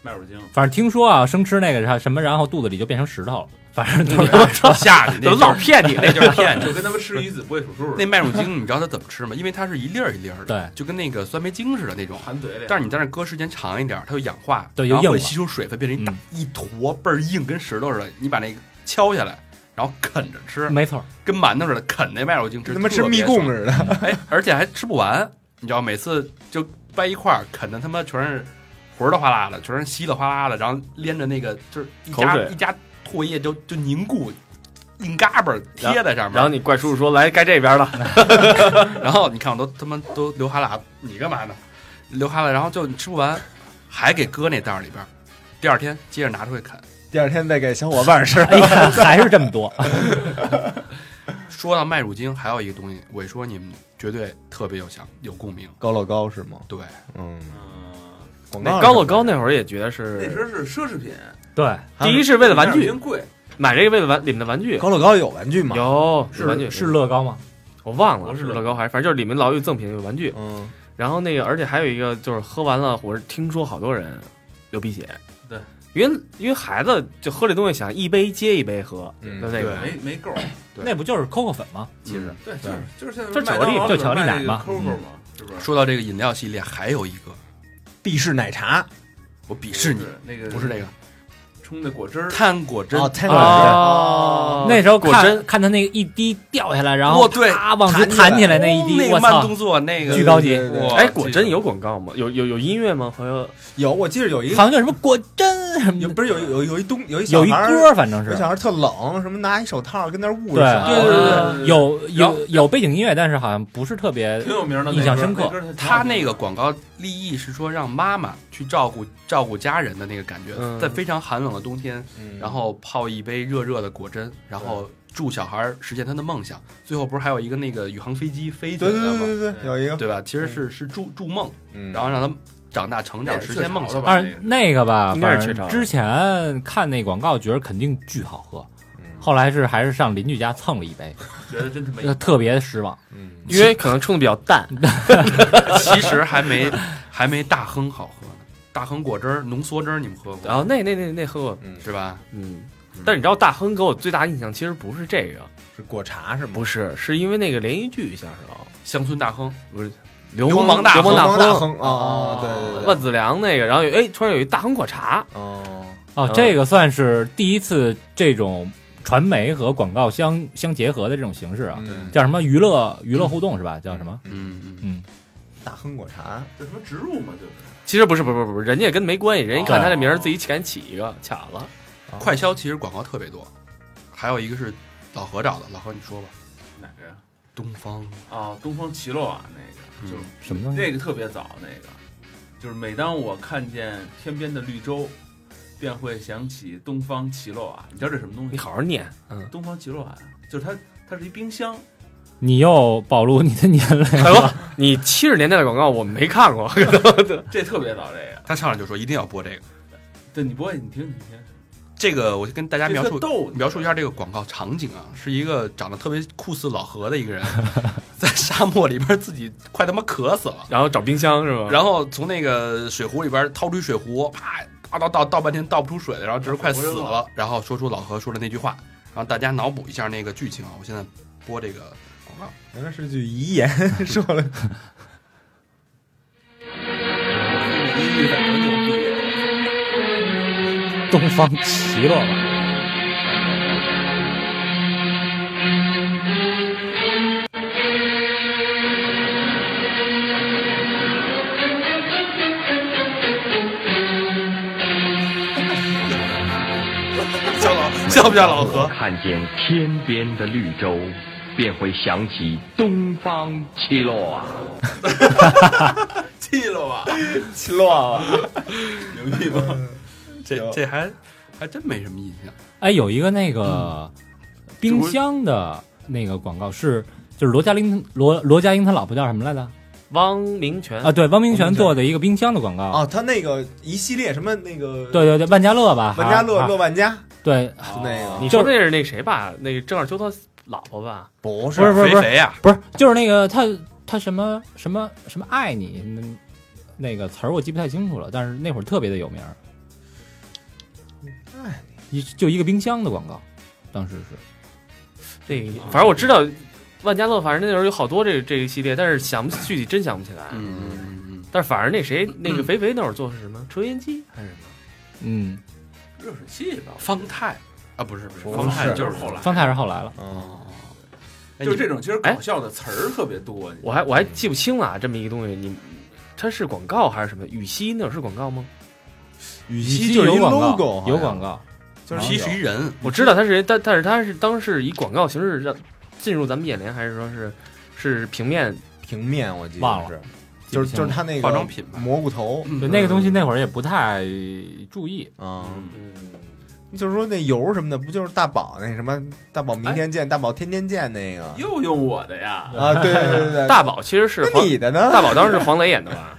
麦乳精。
反正听说啊，生吃那个啥什么，然后肚子里就变成石头了。反正都 是
吓 你，那
怎么老骗你
那就是骗你。
就跟他们吃鱼子不会数数似
那
的，
麦乳精你知道它怎么吃吗？因为它是一粒儿一粒儿的，
对
就跟那个酸梅精似的那种。
含嘴里。
但是你在那搁时间长一点，它就氧化，
对就
然后
硬
会
了
吸收水分，变成一大
嗯
一坨倍儿硬，跟石头似的。你把那个敲下来，然后啃着
嗯
吃，
没错，
跟馒头似的啃那麦乳精吃，
跟他妈吃
特别
蜜
爽
供似的。
哎，而且还吃不完，你知道，每次就掰一块儿啃的他妈全是魂儿的哗啦的，全是稀里哗啦的，然后连着那个就是一
口
家
水
一家唾液就就凝固，硬嘎巴儿贴在上面。
然后你怪叔叔说来该这边了，
然后你看我都他妈都流哈喇，你干嘛呢？流哈喇，然后就你吃不完，还给搁那袋儿里边儿，第二天接着拿出去啃。
第二天再给小伙伴吃。
哎呀，还是这么多，
说到麦乳精，还有一个东西，我说你们绝对特别有想有共鸣。
高乐高是吗？
对，
嗯，
嗯，
广
那高
告
乐高那
儿
会儿也觉得
那时
是，
候是奢侈品，
对，
第一是为了玩具
真贵，
买这个为了玩里面的玩具，
高乐高有玩具吗？
有有玩具
是乐高吗？
我忘了
不是
是乐高还是反正就是里面老有赠品有玩具，
嗯，
然后那个而且还有一个就是喝完了，我是听说好多人流鼻血，
对，
因为因为孩子就喝这东西想一杯接一杯喝，
嗯
就那个
没没够。
对
那不就是 COCO 粉吗？
其实
对，就是就是现在
就是嗯巧克力
麦当劳
就是巧克力
卖那
奶嗯
个
嘛
Coco 嘛，是不是？
说到这个饮料系列，还有一个
必式奶茶
我鄙视你，
那个
不是这个
冲的果汁儿，
碳果汁，
哦，
啊
太好
哦
那时候
果
看
真
看他那个一滴掉下来，然后
哦对
啪往出弹起来那一滴，我
那慢
操
动，作那个
巨高级
哇
哎，果真有广告吗？有有有音乐吗？好像
有，我记得有一
好
个
像叫什么果真什么
有
的，
不是有有有一东有一小
有一
孩儿
歌，反正
有
是
小孩儿特冷，什么拿一手套跟那儿捂
对
着手，
对对对对
有
然后
有有背景音乐，但是好像不是特别
挺有名的，
印象深刻
那歌儿。那歌儿
他那个广告立意是说让妈妈去照顾照顾家人的那个感觉，
嗯
在非常寒冷的冬天，
嗯
然后泡一杯热热的果真，然后助小孩实现他的梦想。最后不是还有一个那个宇航飞机飞起来
对对
了
对
吗？
对对，有一个，
对吧？其实是是助助梦，
嗯，
然后让他长大成长，
那也是
实现梦想
雀巢的。吧
二那个吧，
应该是
反
雀巢
正
的
之前看那广告，觉得肯定巨好喝，
嗯
后来是还是上邻居家蹭了一杯，
觉得真他妈
呃特别失望。
嗯，
因为可能冲的比较淡，
其实还没还没大亨好喝呢。大亨果汁儿、浓缩汁儿，你们喝过、
然后那那那那喝过，
是吧？
嗯。但你知道大亨给我最大印象其实不是这个，
是果茶是吗？
不是，是因为那个连续剧像是啊，
乡村大亨，
流
氓
氓
大
流氓
大
大亨，
亨啊啊，对对对，
万梓良那个，然后有哎，突然有一大亨果茶，
哦，
哦
嗯，
这个算是第一次这种传媒和广告相相结合的这种形式啊，
嗯
叫什么娱乐娱乐互动是吧？叫什么？
嗯嗯，
嗯，
大亨果茶，
这什么植入嘛，就是
其实不是，不是，不是，人家跟没关系，人家一看
哦
他这名儿，自己敢起一个，卡了。
快消其实广告特别多，还有一个是老何找的，老何你说吧，
哪个呀？
东方
啊，东方奇洛瓦那个，就是
嗯什么东西？
那个特别早，那个就是每当我看见天边的绿洲，便会想起东方奇洛瓦。你知道这什么东西
你
吗？
好好念，嗯，
东方奇洛瓦啊就是它，它是一冰箱，
你又暴露你的年龄
大哥
了。，
哎你七十年代的广告我没看过，
这特别早。这个，
他上来就说一定要播这个。
对你播，你听，你听，
这个我就跟大家
这
描
特
述
逗的。
描述一下这个广告场景啊，是一个长得特别酷似老何的一个人， 在沙漠里边自己快他妈渴死了，
然后找冰箱是吧？
然后从那个水壶里边掏出一水壶，啪倒倒倒倒半天倒不出水来，然后这人快死了，然后说出老何说的那句话，然后大家脑补一下那个剧情啊。我现在播这个广告，
原来是句遗言 说了，
音乐很牛逼，
东方奇洛吧，
笑老笑不笑老何？
看见天边的绿洲，便会想起东方七落啊。
气了吧？
起落 了。
牛逼吗？
嗯
这这还还真没什么啊印象。
哎，有一个那个冰箱的那个广告是，就是罗嘉玲罗罗嘉英她老婆叫什么来着？
汪明荃
啊，对，汪明
汪
荃
明荃
做的一个冰箱的广告。
哦，他那个一系列什么那个
对对啊哦对，万家乐吧，
万家
还
乐
还
乐万家
对，
就那个，
你说那是那谁吧？那个郑少秋他老婆吧？
不是
不是不是不
肥
是
肥呀、
不是，就是那个他他什么什么什么爱你那那个词儿我记不太清楚了，但是那会儿特别的有名儿。
爱
一就一个冰箱的广告，当时是
那个反正我知道，万家乐，反正那时候有好多这个这个系列，但是想不具体真想不起来。
嗯嗯嗯
但是反正那谁那个肥肥那会儿做的是什么抽烟机还是什么？
嗯，
热水器吧
嗯，，方太啊，不是不是
不
方太
是
就是
哎
后来。
方太是后来了，
嗯，
哎
就是
你
这种其实搞笑的词儿特别多。你
我还我还记不清了啊，这么一个东西，你它是广告还是什么？羽西那会儿是广告吗？
羽
西
就是
有
一
广告
logo，
有广告，
就是
七十一人，
我知道他是谁，但但是他是当时以广告形式让进入咱们眼帘，还是说是是平面？
平面，我记
忘
得
了
是，就是就是他那个
化妆品吧
蘑菇头，
嗯
对那个东西那会儿也不太注意，
啊，
嗯，
就是说那油什么的，不就是大宝那什么大宝明天见，大宝天天见那个
又用我的呀？
啊，对对对对，
大宝其实是
那
黄，
你的呢？
大宝当时是黄磊演的 吧？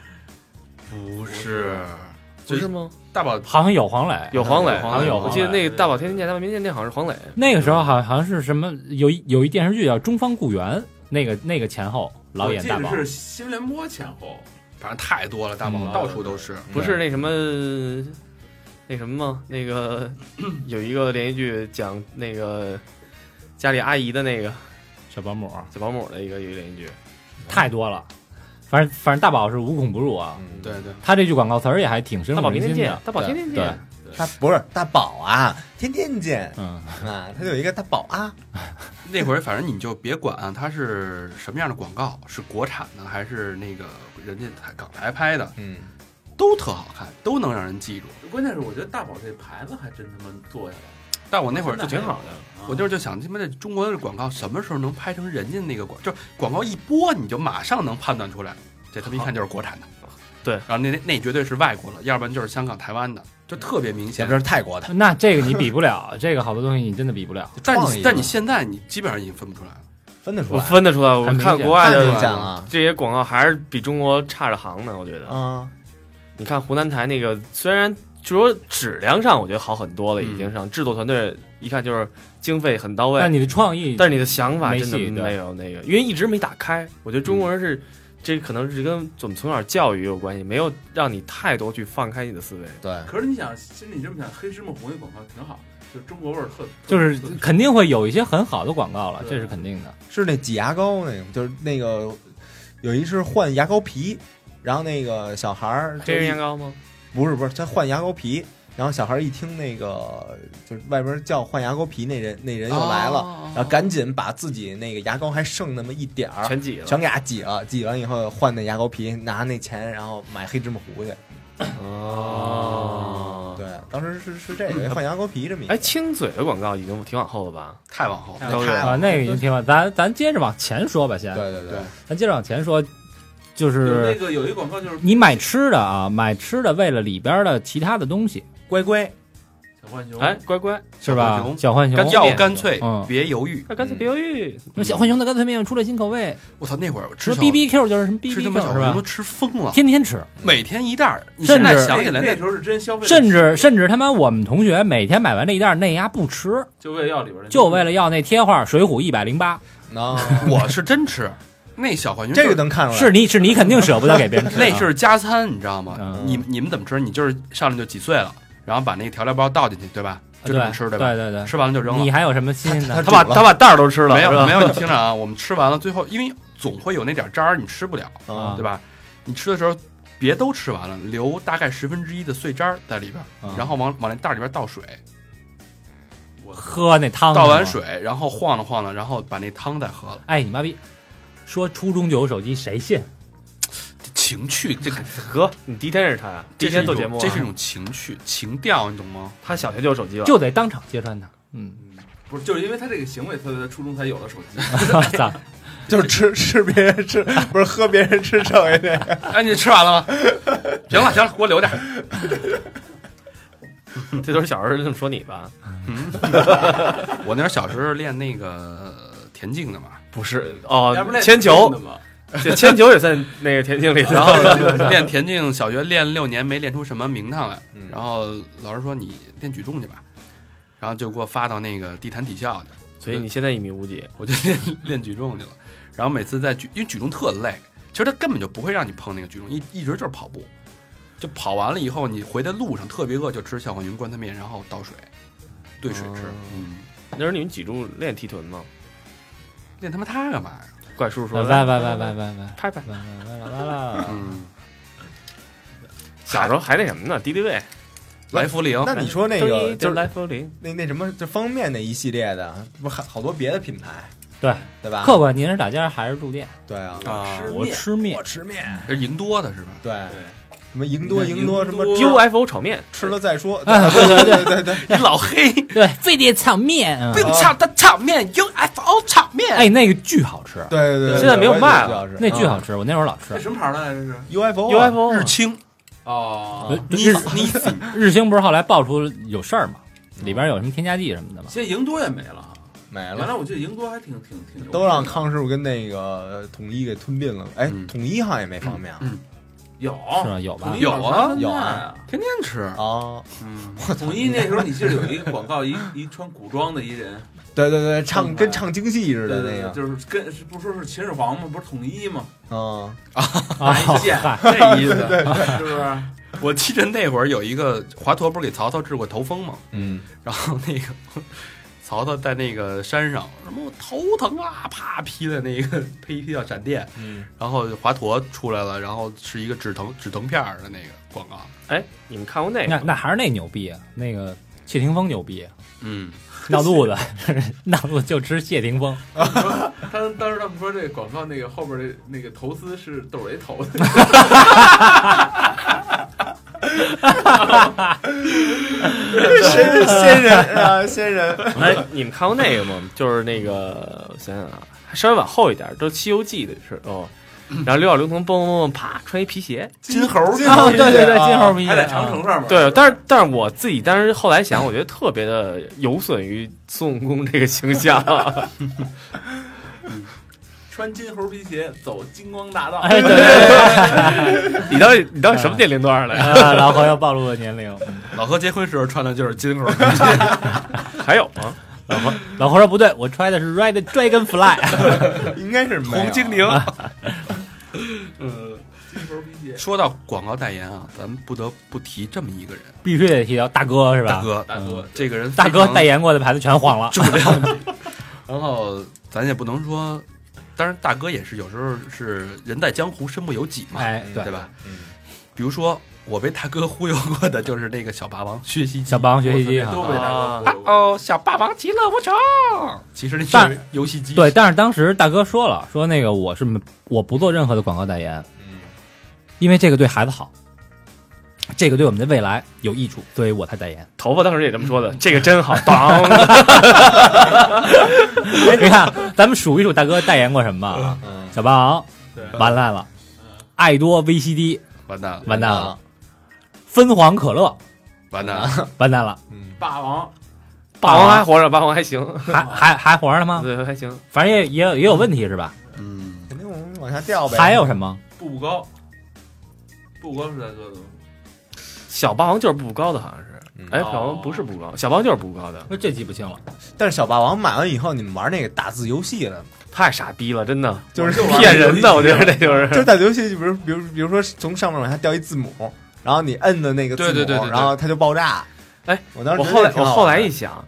不是
不是吗？
大宝
好像有黄磊，
有黄磊，
好像有
我记得
黄磊
那个大宝天天见，大宝明天见好像是黄磊。
那个时候好好像是什么有一有一电视剧叫《中方故园》，那个那个前后老
我
演
记
大
得
宝，
是新闻联播前后，
反正太多了，大宝
嗯
到处都是。
不是那什么，那什么吗？那个有一个连续剧讲那个家里阿姨的那个
小保姆
小保姆的一个一个连续剧，
太多了，反正反正大宝是无孔不入啊。
嗯，
对对，
他这句广告词儿也还挺深
大
入
宝
人
天天
心
见
的，，
大宝天天
对
见，
大不是大宝啊，天天见
嗯，
啊，他有一个大宝啊，
那会儿反正你就别管啊它是什么样的广告，是国产的还是那个人家台港台拍的，
嗯，
都特好看，都能让人记住。
关键是我觉得大宝这牌子还真他妈做下来
但我那会儿
了，
就
就
挺
挺
好
好，的。
我就是就想，他妈这中国的广告什么时候能拍成人家那个广，就是广告一播你就马上能判断出来，这他妈一看就是国产的。
对
然后那那那绝对是外国了，要不然就是香港、台湾的，就特别明
前
显。
面是泰国的，
那这个你比不了，这个好多东西你真的比不了。
就
但
创
你
意嘛
但你现在你基本上已经分不出来了。
分得出
我
来，
分得出来。我
很明
看
显
国外
那
的
就讲啊
这些广告还是比中国差着行呢，我觉得。
啊，
你看湖南台那个，虽然就说质量上我觉得好很多了，已
嗯
经上制作团队一看就是经费很到位，
但你的创意，
但是你的想法
没
真的
戏对
没有那个，因为一直没打开。我觉得中
嗯
国人是，这可能是跟我们从小教育有关系，没有让你太多去放开你的思维。
对，
啊可是你想，其实你这么想，黑芝麻红那广告挺好的，就中国味儿特，
就是
特
肯定会有一些很好的广告了，
对
这是肯定的。
是那挤牙膏那个，就是那个有一是换牙膏皮，然后那个小孩儿
黑人牙膏
膏
吗？
不是不是他换牙膏皮。然后小孩儿一听那个，就是外边叫换牙膏皮那人，那人又来了，
哦
然后赶紧把自己那个牙膏还剩那么一点
啊
儿，
全挤了。
全给它挤了，挤完以后换那牙膏皮，拿那钱然后买黑芝麻糊去。
哦。
对，当时是是这个换牙膏皮这么一个
哎，亲嘴的广告已经挺往后了吧？
太往后了，
太
高
太
月
好
啊，
了
那个已经挺好。咱咱接着往前说吧，先，
对对对，
咱接着往前说，就
有那
是
个有一广告就是
你买吃的啊，买吃的为了里边的其他的东西
乖乖，
小浣熊，
哎，乖乖，
是吧？小
小
浣熊
干脆
要干脆
嗯
别犹豫。
那干脆别犹豫。嗯
那小浣熊的干脆面出了新口味，
我操，那会儿我吃
什么
小
B B Q 就是什么 B
吃
B
他妈小
Q 是
红
吧
都？吃疯了，
天天吃，
每天一袋儿。你
甚
现在
至
想起来
那
那
时候是真消费，
甚至甚至他妈我们同学每天买完这一袋儿那丫不吃，
就为了要里边的，
就为了要那贴画《水浒》一百零八，
那
我是真吃，那小浣熊
这个
的
能看出来
是你是你肯定舍不得 给别人吃啊，
那是加餐，你知道吗
嗯？
你你们怎么吃？你就是上来就挤碎了，然后把那个调料包倒进去，对吧？就这么吃，
啊对
吧？
对对，
吃完了就扔了
你。还有什么新的？
他把
煮了
他把袋儿都吃
了
没 有
是吧
没有，你听着啊，我们吃完了，最后因为总会有那点渣儿，你吃不了，
啊
对吧？你吃的时候别都吃完了，留大概十分之一的碎渣儿在里边
嗯，
然后往往那袋儿里边倒水，
喝那汤，啊
倒完。水，然后晃了晃了，然后把那汤再喝了。
哎，你妈逼！说初中就有手机，谁信？
这情趣，这个
哥，你第一天认识他呀？
这
第一
是
天
一
做节
种
目啊，
这是一种情趣情调，你懂吗？
他小学就有手机了。
就得当场揭穿他。嗯，
不是，就是因为他这个行为，他在初中才有了手机。
操！
就是吃 吃别人吃，不是喝别人吃剩下的。
哎，你吃完 了吗？行了行了，给我留点儿。
这都是小时候这么说你吧？
我那会儿小时候练那个田径 的嘛，
不是
啊
哦
要不那，
铅
真的
球，
吗
这铅球也算那个田径里
然
头。
后练田径，小学练六年没练出什么名堂来，然后老师说你练举重去吧，然后就给我发到那个地坛体校去，
所以你现在一米五几？
我就练 练举重去了。然后每次在举，因为举重特累，其实他根本就不会让你碰那个举重，一一直就是跑步，就跑完了以后，你回的路上特别饿，就吃小浣熊棺材面，然后倒水，兑水吃
哦。
嗯，
那时候你们脊柱练踢臀吗？
练他妈它干嘛呀？啊
怪叔叔
拜
说，
拜拜拜拜拜拜
拍拍。
拜拜拜拜。
嗯，
小时候还那什么呢？敌敌畏，
来福灵，
那你说那个就
就是来福 林，
那那什么，就方便面那一系列的，不是还好多别的品牌，
对
对吧？
客官，您是打尖儿还是住店？
对啊，
啊，
我吃面
我，吃面，
这赢多的是吧？
对，
对，
什么赢多赢多什么
UFO 炒 面，
吃了再说，
啊对对对
对对对，
你老 黑，
对，非得炒面啊，
炒的炒面，UFO 炒面
哎，那个巨好吃，
对对对对，
现在没有卖了
我也觉得
那
是啊
巨好吃，我那会儿老
这
吃。
什么牌儿的来着？这是
UFO 啊
UFO
日清
哦
呃，
你
日
你
日星不是后来爆出有事儿吗？里边有什么添加剂什么的吗？
现在赢多也没了哈。
没
原哎来
了。
我记得赢多还挺挺挺有
都让康师傅跟那个统一给吞并了，哎，统一好像也没方便啊。
有
是吧？有吧
统一？
有啊
川菜
有啊，
天天吃，
哦，
嗯，统一那时候你记得有一个广 告，一一穿古装的一人，
对对对，唱跟唱京戏似
对
的
对对，
那个，
就是跟是不是说是秦始皇吗？不是统一 吗？
嗯，
啊，
拿一剑，
这意思。
是不是？
我记着那会儿有一个华佗，不是给曹操治过头风吗？
嗯，
然后那个曹操在那个山上，什么我头疼啊，啪劈的那个劈劈到闪电，
嗯，
然后华佗出来了，然后是一个止疼止疼片儿的那个广告，
哎，你们看过那
那
个？
那还是那牛逼，啊那个谢霆锋牛逼，啊
嗯，
闹肚子， 闹肚子就吃谢霆锋，
他们当时他们说这个广告那个后边儿那个投资是窦唯投的，
谁是仙人啊？仙人，
哎，你们看过那个吗？就是那个，我想想啊，稍微往后一点，都《西游记》的是哦。然后刘小龄从蹦蹦蹦啪穿一皮鞋，
金猴，金
哦，
啊
猴，
对对
啊
对，金猴，皮 啊
还在长城上面。
对，但是但是我自己当时后来想，我觉得特别的有损于孙悟空这个形象。啊
穿金猴皮鞋走金光大道，
哎，对对 对，
你到底你到底什么年龄段了？
啊老何又暴露了年龄。
老何结婚时候穿的就是金猴，
还有吗？
老何老何说不对，我揣的是 Red Dragonfly，
应该是红精灵，
金猴皮鞋。
说到广告代言啊，咱们不得不提这么一个人，
必须得提到大哥是吧？
大哥，嗯
大哥，
这个人
大哥代
言
言过的牌子全黄了，
重量级，然后咱也不能说，当然大哥也是有时候是人在江湖身不由己嘛，
哎，对
对，吧？
嗯
比如说我被大哥忽悠过的就是那个小霸王学习
小霸王学习机啊
都。被大哥忽悠过
哦，小霸王其乐无穷。其实那
但
是游戏机，
对，，但是当时大哥说了，说那个我是没我不做任何的广告代言，
嗯，
因为这个对孩子好，这个对我们的未来有益处，所以我才代言。
头发当时也这么说的，这个真好，当。
哎你看，咱们数一数大哥代言过什么啊？
嗯
小霸王
对，
完蛋了，爱多 VCD
完蛋了，
完蛋了，分黄可乐
完 蛋了，
完蛋了，
嗯，
霸王
霸王还活着，霸王还行，
还还还活着呢吗？
对，还行。
反正也也有也有问题是吧？
嗯，
肯定我们往下掉呗。
还有什么？
步步高，步步高是大哥的吗？
小霸王就是步步高的，好像是。
嗯？
哎，
哦
小霸王不是步步高，小霸王就是步步高的，
这记不清了。
但是小霸王买完以后，你们玩那个打字游戏了吗，
太傻逼了，真的
就是
骗人的，我觉得这就
就是
是。
打字游戏，比如比如比如说从上面往下掉一字母，然后你摁的那个字母，
对对对对对
然后它就爆炸。
哎，
我当时
我
觉
后
得
来
挺
我
好
后来
玩
一想，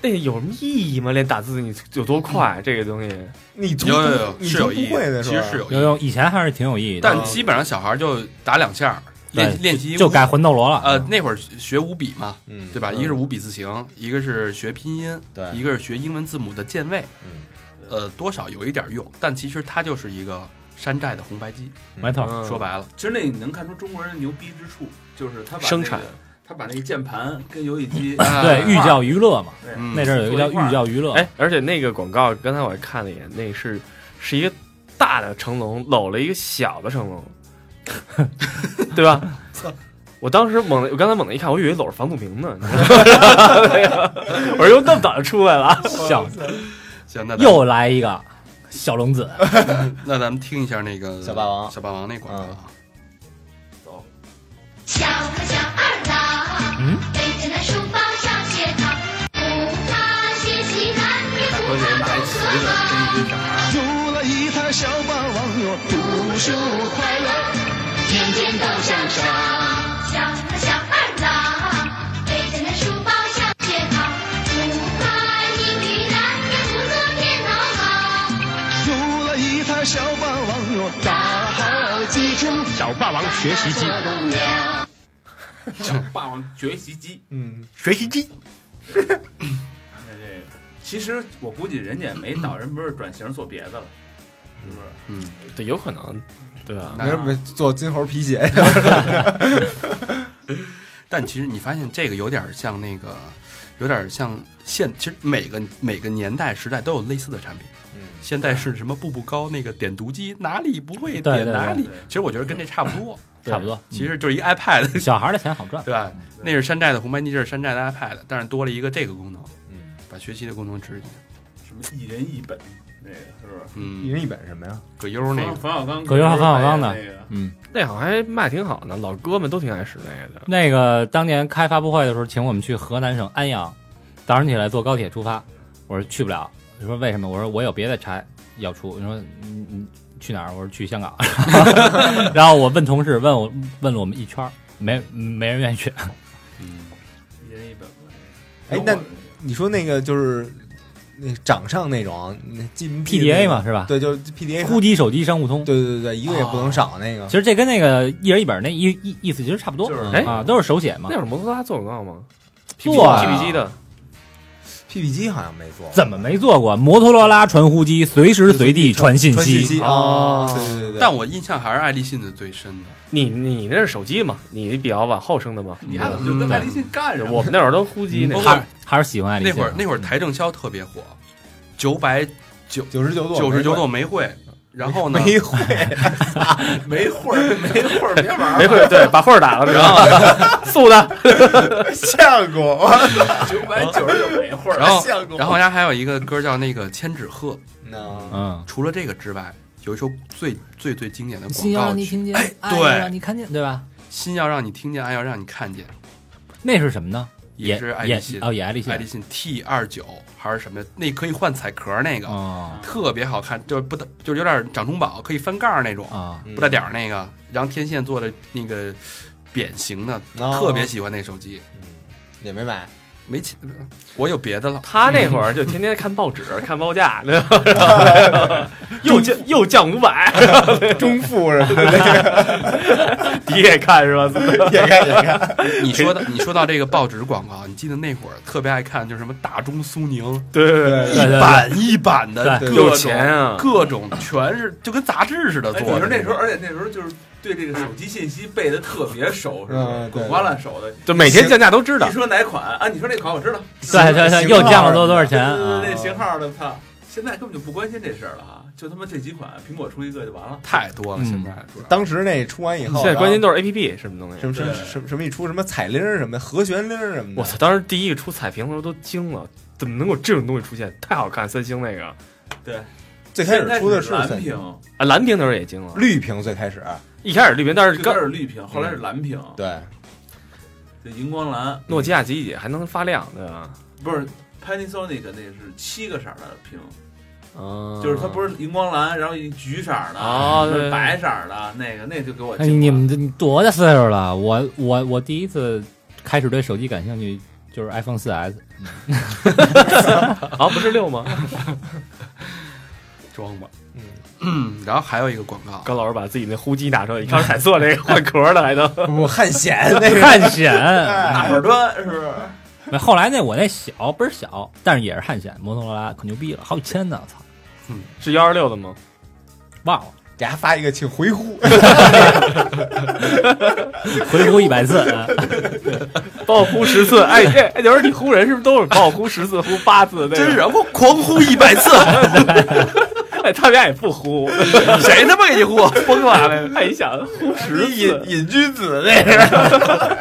那有什么意义吗？练打字你有多快？这个东西
你从
有有有，
你
是有
从不
意义
会
的，
的
其
吧
实是有
有
意义，
有，以前还是挺有意义的。
但基本上小孩就打两下，
对
练练习
就改魂斗罗了。
呃，那会儿学五笔嘛，
嗯
对吧？一个是五笔字形，一个是学拼音，
对
一个是学英文字母的键位，
嗯
呃，多少有一点用，但其实它就是一个山寨的红白机。
没错，
嗯
说白了，
其实那你能看出中国人牛逼之处，就是他把那个
生产，
他把那个键盘跟游戏机呃
对寓教于乐嘛，
对
啊嗯
那阵儿有一个叫寓教于乐。
哎，，而且那个广告刚才我还看了一眼，那是是一个大的成龙搂了一个小的成龙，对吧？我当时猛地，我刚才猛地一看，我以为搂着房祖名呢，你知道吗 那个我说哟，那么早就出来了，
小
行，那咱
又来一个小龙子，
那咱们听一下那个
小霸王嗯
小霸王那广告啊，
小个小二郎，背着那书包上学堂，不怕学习难，也
大哥
不
给人
怕
拿一
功
旗
课
子跟一
好。
堆啥，
有了一台小霸王哟，
读书快乐，天天都向上。小个小二郎，背着那书包上学堂，不怕英语难，也不做电脑盲。
有了一台小霸王哟，
打好基础，
小霸王学习机
做栋梁。
霸王学习机。
嗯，
学习机。
那这个，其实我估计人家也没脑，人不是转型做别的了，是不是？
对，有可能对啊吧？
没没做金猴皮鞋，
但其实你发现这个有点像那个，有点像现，其实每个每个年代时代都有类似的产品。
嗯，
现在是什么步步高那个点读机，哪里不会
对对
点哪
对
里。其实我觉得跟这差不
嗯
多，
差不多。嗯
其实就是一 iPad，
小孩的钱好赚，
对
嗯
吧？那是山寨的红白机，这是山寨的 iPad，但是多了一个这个功能，
嗯，
把学习的功能植入进去。
什么一人一本那个是不是？
一
嗯，
人一本什么呀？
葛优那
冯
个，
嗯
冯小刚
葛优和冯小刚的
那个
嗯，
那好像还卖挺好呢，老哥们都挺爱使那个的。
那个当年开发布会的时候，请我们去河南省安阳，早上起来坐高铁出发，我说去不了，你说为什么？我说我有别的差要出，你说你你去哪儿？我说去香港， 然后我问同事，问我问了我们一圈儿，没没人愿意去，
一人一本吧。
哎
有
那
我
你说那个就是那掌上那种那进
PDA 嘛，，是吧？
对，就是 PDA，
呼机手机商务通，
对对对，一个也不能少那个
其。实这跟那个一人一本那意意意思其实差不多，
就是
哎
啊，都是手写嘛
那。会儿摩托拉做广告吗
做啊
p p 机的
PP 机好像没做，
怎么没做过？摩托罗拉传呼机，随时随地传信
传信
息。
息啊？对对对对，
但我印象还是爱立信的最深的。
你你那是手机嘛？你比较往后生的嘛？
你还怎么就跟爱立信干上了？
我们那会儿都呼机那
嗯
个
不
还还是喜欢爱立
那
信
会儿
啊。
嗯
那会儿台正宵特别火，九百
九十九朵，
九十九朵玫瑰，然后呢，
没会，
没会儿，没会儿，别玩 儿
没
了。
会儿对，把会儿打了，然后素的
见过，
九百九十九没会儿，
然后
见过。
然后人家还有一个歌叫那个《千纸鹤》。
那
嗯，
除了这个之外，有一首最最最经典的
心
广
要
告
让你
曲，
听见，
哎
爱
对
要让你看见，对吧？
心要让你听见，爱要让你看见，
那是什么呢？
也是爱立
也
信，
哦，也爱立信
爱。立信 T 二九还是什么，那可以换彩壳那个，
哦
特别好看，就是不得就是有点掌中宝，可以翻盖儿那种，
啊，
嗯
不带点儿那个，然后天线做的那个扁形的，
哦
特别喜欢那手机，
也没买，
没钱，我有别的了，
他那会儿就天天看报 纸，看报价，然后又降又降五百，
中富什么的
你也看是 吧？
也看也看，
你说的你说到这个报纸广告，你记得那会儿特别爱看，就是什么大中苏宁。
对对对，
对对
一版一版的，
对
各种
有钱啊
各种全是就跟杂志似的
哎，你
做
说
的。
那时候，而且那时候就是对这个手机信息背的特别熟，是吧
嗯？对
滚瓜烂熟的。
就每天降价都知道
一。说哪款啊？你说那款我知道，
对对对，
型
又
号
降了多多少
对
钱
对
啊
对，？那型号的，操！现在根本就不关心这事儿了啊！就他妈这几款，苹果出一个就完了。
太多了，
嗯
现在主要
当时那出完以后，
现在关键啊都是 A P P 什么东
什
西。
么什么什么什么一出什么彩铃儿什么的和弦铃儿什么的，
我操！当时第一个出彩屏的时候都惊了，怎么能有这种东西出现？太好看，三星那个啊，
最开
现在
始出的是
蓝
三
屏，
蓝屏那时候也惊了。
绿屏，最开始啊
一开始绿屏，但是
最
刚
开始绿屏，后来是蓝屏，
对，
就荧光蓝，
诺基亚机也还能发亮，对吧？
不是 Panasonic 那是七个色儿的屏，
啊
就是它不是荧光蓝，然后一橘色儿的，
哦对
是白色儿的那个，那就给我
哎，
惊了
你们这你多大岁数了？我我我第一次开始对手机感兴趣就是 iPhone 四 S，
啊，不是六吗？
装吧。
嗯，
嗯，然后还有一个广告，
高老师把自己那呼机拿出来，你看彩色那个换壳的还能。
我汉显
哎
那个，
汉显。
大耳端是不是？
没后来那我那小倍儿小，但是也是汉显，摩托罗拉可牛逼了，好几千呢，操，
是幺二六 的吗？
忘了，
给他发一个，请回呼，
回复一百次。
帮我呼十次，哎哎哎，有时候你呼人是 不是都是帮我呼十次、呼八次的那个？
真
啊
是我狂呼一百 次，
哎，他们家也不呼，
谁他妈给你呼？
疯了！哎，一想呼十
你
次
瘾， 瘾君子那个，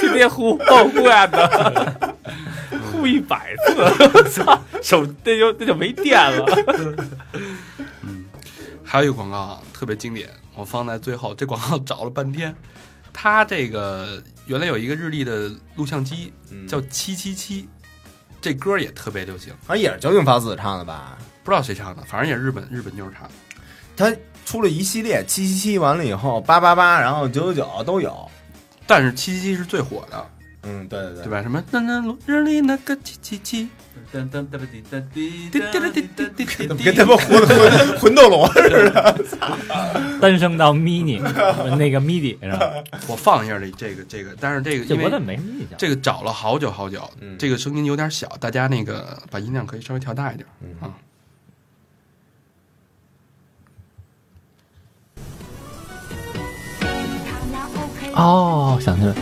天天呼，帮我呼呀的，呼一百次，操，手那就那就没电了。
还有一个广告啊，特别经典，我放在最后。这广告找了半天，它这个原来有一个日立的录像机
嗯
叫七七七，这歌也特别流行，
好像也是酒井法子唱的吧？
不知道谁唱的，反正也是日本日本妞儿唱的。
他出了一系列七七七，完了以后八八八，然后九九九都有，
但是七七七是最火的，
嗯，对对对，
对吧？什么噔噔日立那个七七七，
噔噔噔滴噔滴
滴滴滴滴滴滴
怎么
滴
跟他们魂魂魂斗罗似的？
单声道 mini 那个 midi 是吧？
我放一下这这个这个，但是这个
这
因
我
为
怎么没什么印象？
这个找了好久好久，
嗯
这个声音有点小，大家那个把音量可以稍微调啊大一点。
嗯
啊。
嗯
哦，想起来了，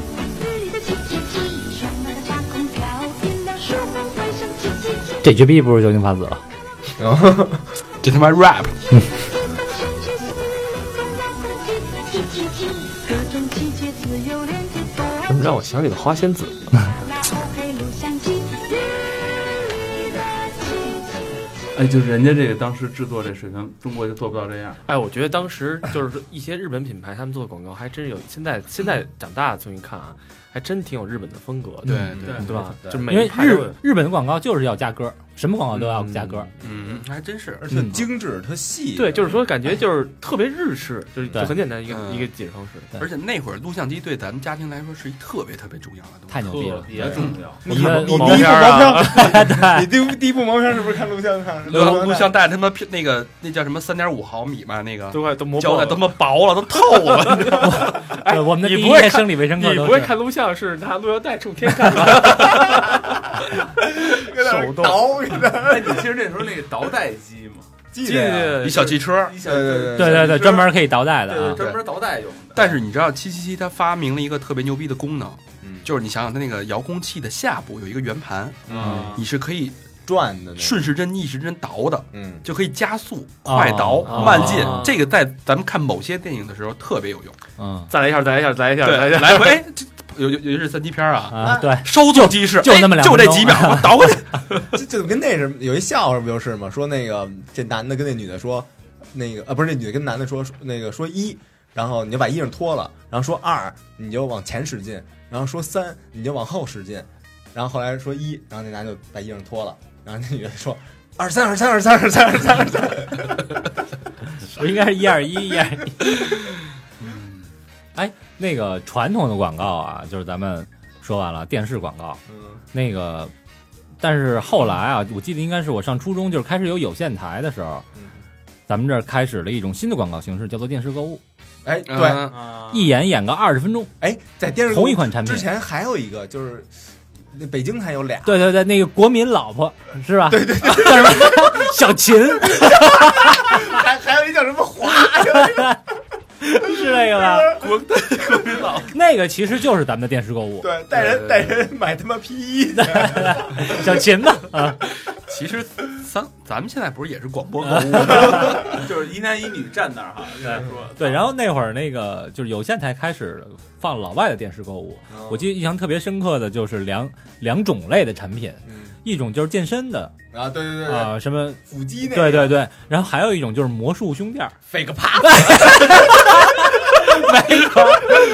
这绝逼不是酒精法子了。
这他妈 rap，
怎么让
嗯
我想起了花仙子？
哎，就人家这个当时制作这水平，中国就做不到这样。
哎，我觉得当时就是一些日本品牌他们做的广告，还真是有。现在现在长大了重新看啊，还真挺有日本的风格的，
对
对
对
吧？就每
因为
一排都有
日日本的广告就是要加歌，什么广告都要加歌。
嗯，还真是，
而且特精致，特细。
对，就是说感觉就是特别日式，就是就
对
很简单一个
嗯
一个解释方式。
而且那会儿录像机对咱们家庭来说是一特别特别重要的东西，
太牛逼了
特别重要。
我看
你
毛
第一
片
部
儿
毛
啊，
片，你第一第一部毛片是不是看录像看？
录像录像带他妈片那个那叫什么三点五毫米吧，那个
都快都磨
胶
破
带
了
都他妈薄了，都透了。
对我们的
你
第
不
一
会
页
看
生理卫生课
你
都
不
是
会看录像是拿录像带冲天 看的，
手动，
哎，你记得那时候那个倒带机吗？
记得呀
啊一小汽车，
一小
对对
对
对
对对，
就是
专门可以倒带的
对，
啊。
专门倒带用的。
但是你知道七七七它发明了一个特别牛逼的功能，
嗯
就是你想想它那个遥控器的下部有一个圆盘，
嗯
你是可以
转的那个，
顺时针逆时针倒的，
嗯，
就可以加速、
哦
快倒、
哦
慢进。这个在咱们看某些电影的时候特别有用，
嗯
再来一下，再来一下，再来一下，再来一
对，
下。
来回哎这有有有是三级片啊，
啊，对，
稍纵即逝，
就
哎
那么两
就
分
这
钟
几秒，我倒过去。
这这跟那是有一笑话不就是吗？说那个这男的跟那女的说，那个啊不是那女的跟男的说说那个说一，然后你就把衣裳脱了，然后说二你就往前使劲，然后说三你就往后使劲，然后后来说一，然后那男的就把衣裳脱了，然后那女的说二三二三二三二三二三二三，
我应该是一二一一二一。哎，那个传统的广告啊，就是咱们说完了电视广告，
嗯
那个，但是后来啊，我记得应该是我上初中，就是开始有有线台的时候，
嗯
咱们这儿开始了一种新的广告形式，叫做电视购物，
哎对，
嗯
啊，
一演演个二十分钟，
哎在电视
同一款产品
之。前还有一个就是那北京还有俩，
对对对，那个国民老婆是吧？对对对，叫什么 小秦？
还还有一叫什么华
是那个吧？国国民老婆，那个其实就是咱们的电视购物，
对带人带人买他妈皮衣的，
小秦嘛啊。
其实咱咱们现在不是也是广播购物吗？
就是一男一女站那儿哈，就在说
对，然后那会儿那个就是有线台开始放老外的电视购物，我记得印象特别深刻的就是两两种类的产品，
嗯
一种就是健身的
啊对对对对
啊、什么
腹肌那个
对对对，然后还有一种就是魔术胸垫儿，
fake pass，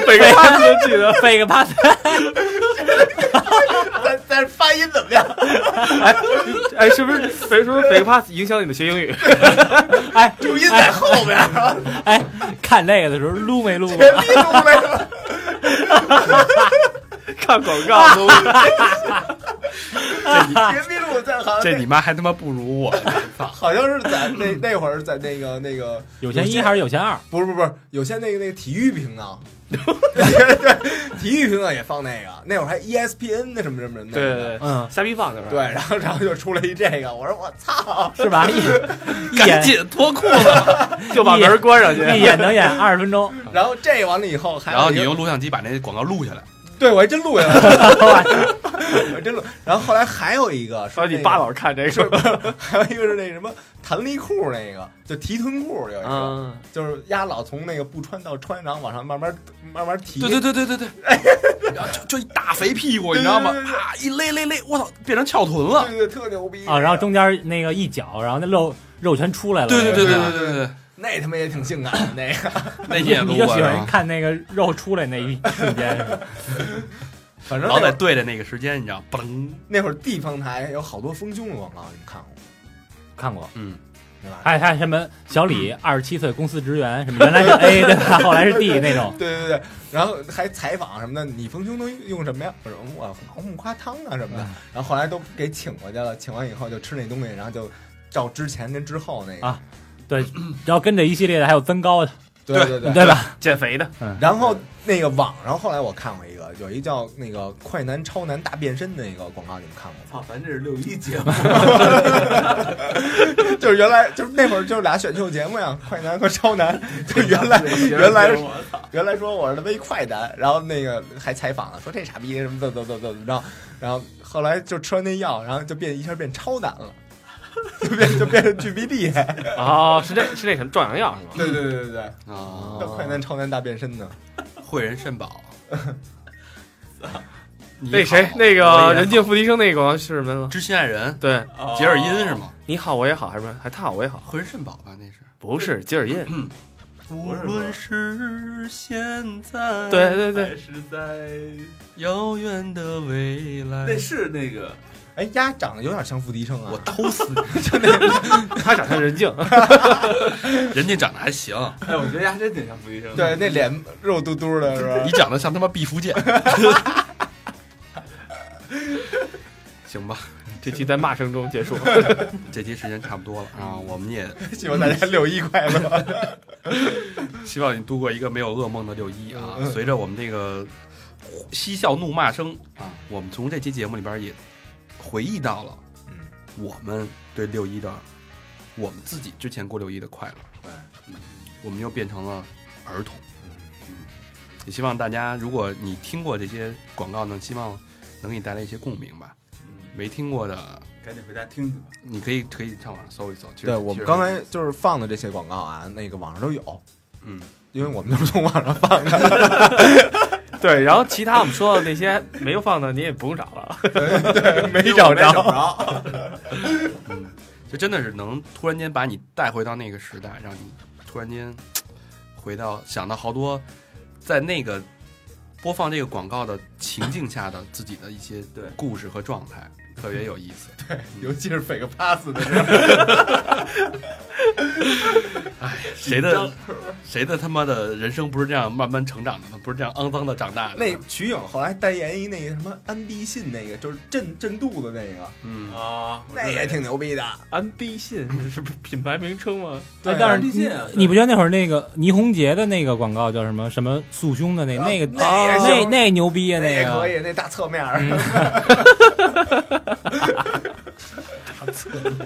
背个趴子记得背个趴子，
咱咱发音怎么样？
哎 哎，是不是？谁说 fake pass 影响你的学英语？
哎
重音在后边，
哎，看那个的时候撸没撸过？
全逼出来 了。
看广
啊
告都
全逼录在好像
这
那
你妈还他妈不如我！
好像是在那那会儿在那个那个
有钱一还是有钱二？
不是不是不是有些那个那个体育频 道，对体育频啊道也放那个，那会儿还 E ESPN 那什么什么什么那
对对
个
对，
嗯，
瞎逼放的是吧？
对，然后然后就出了一这个，我说我操，
是吧？一一
赶
眼
紧脱裤子，
就把门关上去。
一眼能演二十分钟，
然后这完了以后还有
然后
一
你
个
用录像机把那广告录下来。
对我还真录下来了，我还真录，然后后来还有一个说
说你
那个
爸老是看这
是
个，
不是 还有一个是那什么弹力裤那个，就提臀裤有一个，
嗯，
就是丫老从那个不穿到穿，然后往上慢慢慢慢提。
对对对对对对，然后就就一大肥屁股，你知道吗？啊，一勒勒勒，我操，变成翘臀了。
对对，特牛逼
啊，然后中间那个一脚，然后那肉肉全出来了，
对对对
是
对
吧
对对对，
那他妈也挺性感的那个，
那你也
你
录
就
过
喜
是
欢
吧？
看那个肉出来那一瞬间，是吧
反正
老
那会
得
儿
对着那个时间，你知道，嘣，
那会儿地方台有好多丰胸的广告，你们看过吗？
看过。
嗯，
对吧？
还有还有什么小李二十七岁公司职员，什么原来是 A 对吧， 后来是 D 那种，
对对对，然后还采访什么的，你丰胸都用什么呀？我说嗯我我木夸汤啊什么的，然后后来都给请过去了，请完以后就吃那东西，然后就照之前跟之后那个，
啊然后跟着一系列的还有增高的，
对对对
对吧？
减肥的，
然后那个网上后来我看过一个，有一叫那个快男超男大变身的那个广告，你们看 过吗？
操，咱这是六一节目，
就是 原来就是那会儿就是俩选秀节目呀，快男和超男，就原来
这节目
原来是
我操，
原来说我是他妈一快单，然后那个还采访了，说这傻逼什么怎么怎么怎么怎么着，然后后来就吃完那药，然后就变一下变超难 了，就变就变成巨逼厉害。
哦，是这是那什么壮阳药是吗？
对对对对对，
啊
那快男超男大变身呢？
汇人肾宝。你
那谁
好
那
我
个
也
人尽复笛声那个是什么呢？
知心爱人，
对，
杰
哦
尔因是吗？
你好我也好还是什么还他好我也好？
汇人肾宝吧，那是。
不是吉尔因，
无论是现在，
对对对
还，是在
遥远的未来，
那是那 个
哎，丫长得有点像付笛声啊
我！偷死你！
他长得人静，
人家长得还行，
哎，我觉得丫真挺像付笛声。
对，，那脸肉嘟嘟的，是吧
你？长得像他妈毕福剑。行吧，
这期在骂声中结束。
这期时间差不多了啊，我们也
希望大家六一快乐。
希望你度过一个没有噩梦的六一啊！
嗯
随着我们这个嬉笑怒骂声啊，我们从这期节目里边也回忆到了，
嗯，
我们对六一的，我们自己之前过六一的快乐，
对，
我们又变成了儿童。
嗯
也希望大家，如果你听过这些广告呢，希望能给你带来一些共鸣吧。
嗯
没听过的，
赶紧回家听听吧。
你可以可以上网上搜一搜。其实
对我们刚才，就是放的这些广告啊，那个网上都有，
嗯，
因为我们都是从网上放的。
对，然后其他我们说的那些没有放的，你也不用找了。
没找着，
就真的是能突然间把你带回到那个时代，让你突然间回到想到好多在那个播放这个广告的情境下的自己的一些
对
故事和状态，特别有意思。
尤其是 fake pass 的时候，
谁的谁的他妈的人生不是这样慢慢成长的呢？不是这样肮脏的长大的呢？
那瞿颖后来代言一那个什么安必信，那个就是震震肚子那个，
嗯，
啊，
那也挺牛逼的。
安必 信是不是品牌名称吗？
对啊，
但是地信啊，
你不觉得那会儿那个倪虹洁的那个广告叫什么什么束胸的那
啊
那个
那也
那
行
那牛逼呀
那也可
个，
以，那大侧面儿，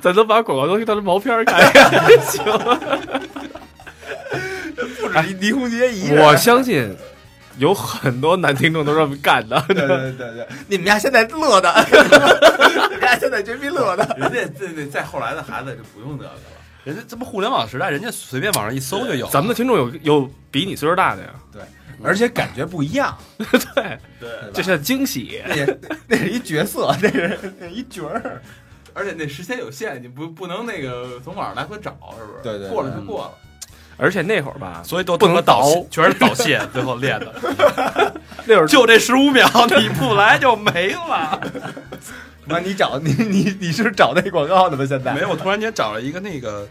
咱能把广告都给当成毛片儿 看一看行吗？
不
哎
止倪虹洁一人。
我相信有很多男听众都是这么干 的。
对对对对，你们家现在乐的，你们家现在绝逼乐的。
人家这这再后来的孩子就不用这个了。
人家这不互联网时代，人家随便网上一搜就有。
咱们的听众有有比你岁数大的呀，
而且感觉不一样，
对，
对，
这是惊喜。
那也那是一角色，那是那是一角儿。
而且那时间有限，你不不能那个从网上来回找，是不是？
对对对
过了就过了。
而且那会儿吧，
所以都
不能
他妈倒
倒
泻，全是倒泻，最后练的。
那会儿
就这十五秒，你不来就没了。
妈，你找你你你是找那广告的吗？现 在
没有，我突然间找了一个那个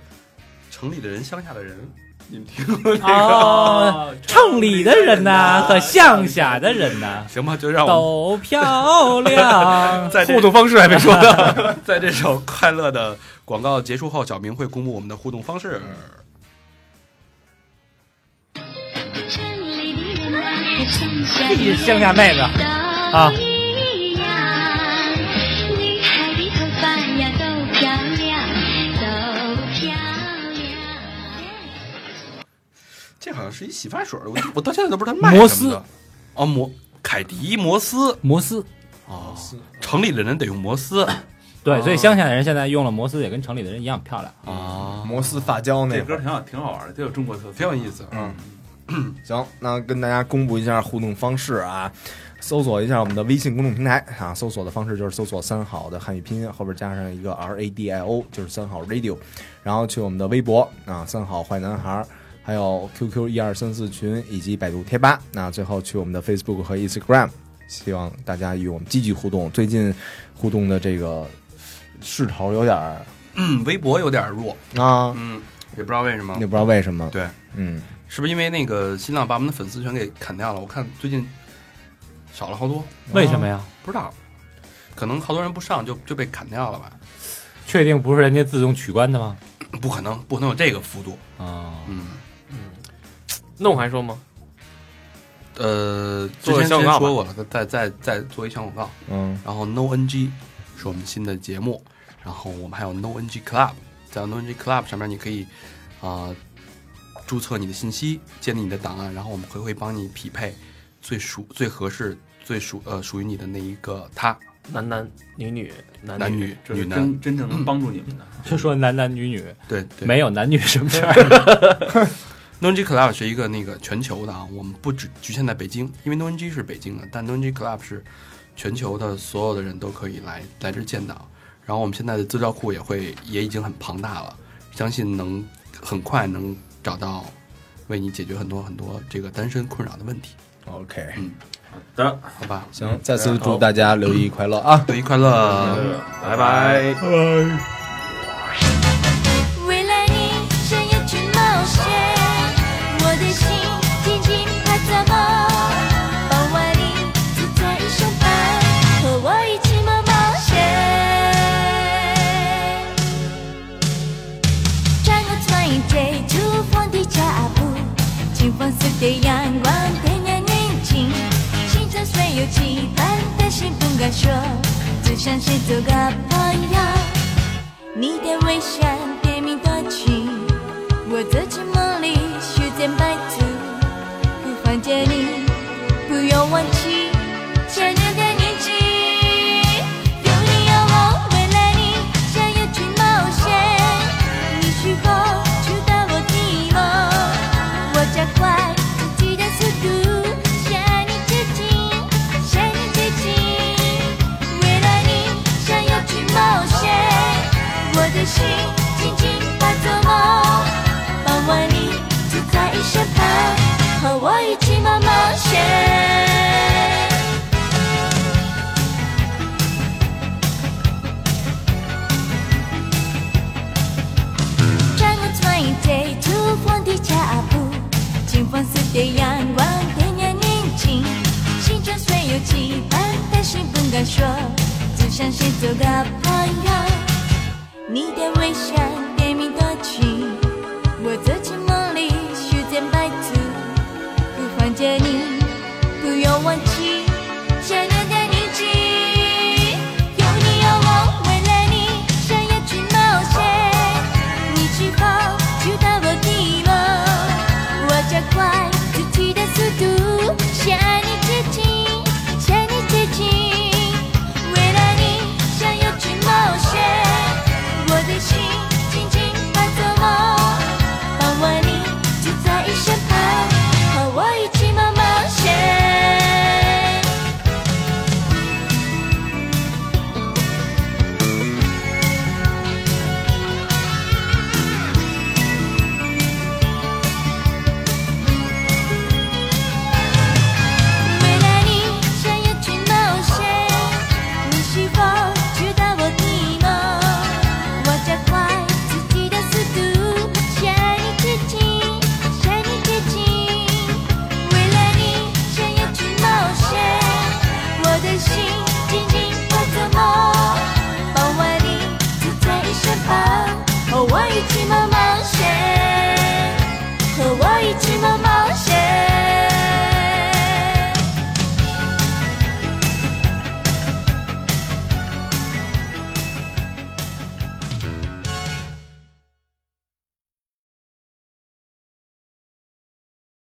城里的人，乡下的人，你们听过那个？
哦，城里的人呐和乡下的人呐
行吧，就让我
都漂亮
们。在
互
这
动方式还没说呢。
在这首快乐的广告结束后，小明会公布我们的互动方式。
城里的人啊和乡下
这
的
是
人
乡下妹子，啊
都一样，女孩的头发呀都漂亮，都漂亮。
这好像是一洗发水，我我到现在都不知道它卖
摩
什么的。哦，摩凯迪摩斯
摩斯，
哦，城里的人得用摩斯
对，所以乡下的人现在用了摩斯也跟城里的人一样漂亮。
啊，
摩斯发胶那
这
会
歌
儿。
挺好，挺好玩的，啊挺有中国特色，
挺有意思。
嗯，行，那跟大家公布一下互动方式啊。搜索一下我们的微信公众平台啊，搜索的方式就是搜索“三好”的汉语拼音，后边加上一个 R A D I O，就是三好 Radio，然后去我们的微博啊，三好坏男孩儿，还有 QQ 一二三四群以及百度贴吧，那最后去我们的 Facebook 和 Instagram，希望大家与我们积极互动。最近互动的这个势头有点儿
嗯，微博有点弱，
啊，
嗯，也不知道为什么
也。不知道为什么。
对，
嗯，
是不是因为那个新浪把我们的粉丝全给砍掉了？我看最近少了好多，
为什么呀？
不知道，可能好多人不上就就被砍掉了吧？
确定不是人家自动取关的吗？
不可能，不可能有这个幅度。
啊，
嗯，
弄还说吗？
呃，之
做个
前
小
之前
广告吧
说过了，再再再做一小广告，
嗯，
然后 No NG 是我们新的节目，然后我们还有 No NG Club，在 No NG Club 上面你可以啊、注册你的信息，建立你的档案，然后我们会会帮你匹配最属最合适、最属呃属于你的那一个他。
男男女女男
男
女
女
这是
女男
真
真正能帮助你们的。
就说男男女女，
对，对
没有男女什么事儿。
NoNG Club 是一个那个全球的啊，我们不只局限在北京，因为 NoNG 是北京的，但 NoNG Club 是全球的所有的人都可以来来这儿建档。然后我们现在的资料库也会也已经很庞大了，相信能很快能找到为你解决很多很多这个单身困扰的问题。
OK，
嗯，
好的，
好吧，
行，嗯再次祝大家六一快乐啊！
六一快乐，
拜拜，
拜拜。
为了你，深夜去冒险，我的心紧紧拍着梦，傍晚里自在一相伴，和我一起冒冒险。穿过穿一街，厨房的家务，清风似的阳光点亮眼睛，心中虽有期盼，但是不敢说，只想谁做个朋友。你的微笑甜蜜多情，我走进梦里修剪白兔，不放着你，不用忘记想念的年纪。有你有我，为了你想要去冒险，你是否知道我寂寞？我加快自己的速度，向你接近，向你接近。为了你想要去冒险。我的心紧紧拍着梦，傍晚你就在一身旁，和我一起冒冒险。穿过穿一街，突风的脚步，清风似的阳光点亮眼睛，心中虽有期盼，但是不敢说，只想谁做个朋友。你的微笑甜蜜多情，我走进梦里修剪白兔，不放着你，不用忘记想念的年纪。有你有我，为了你想要去冒险，你是否知道我寂寞？我加快自己的速度，向你接近，向你接近。为了你想要去冒险。我的心紧紧拍着梦，傍晚你就在身旁，和我一起冒冒险。为了你想要去冒险，你是否知道我寂寞？我加快自己的速度，向你接近，向你接近。为了你想要去冒险，我的心紧紧拍着梦，傍晚你就在身旁，和我一起冒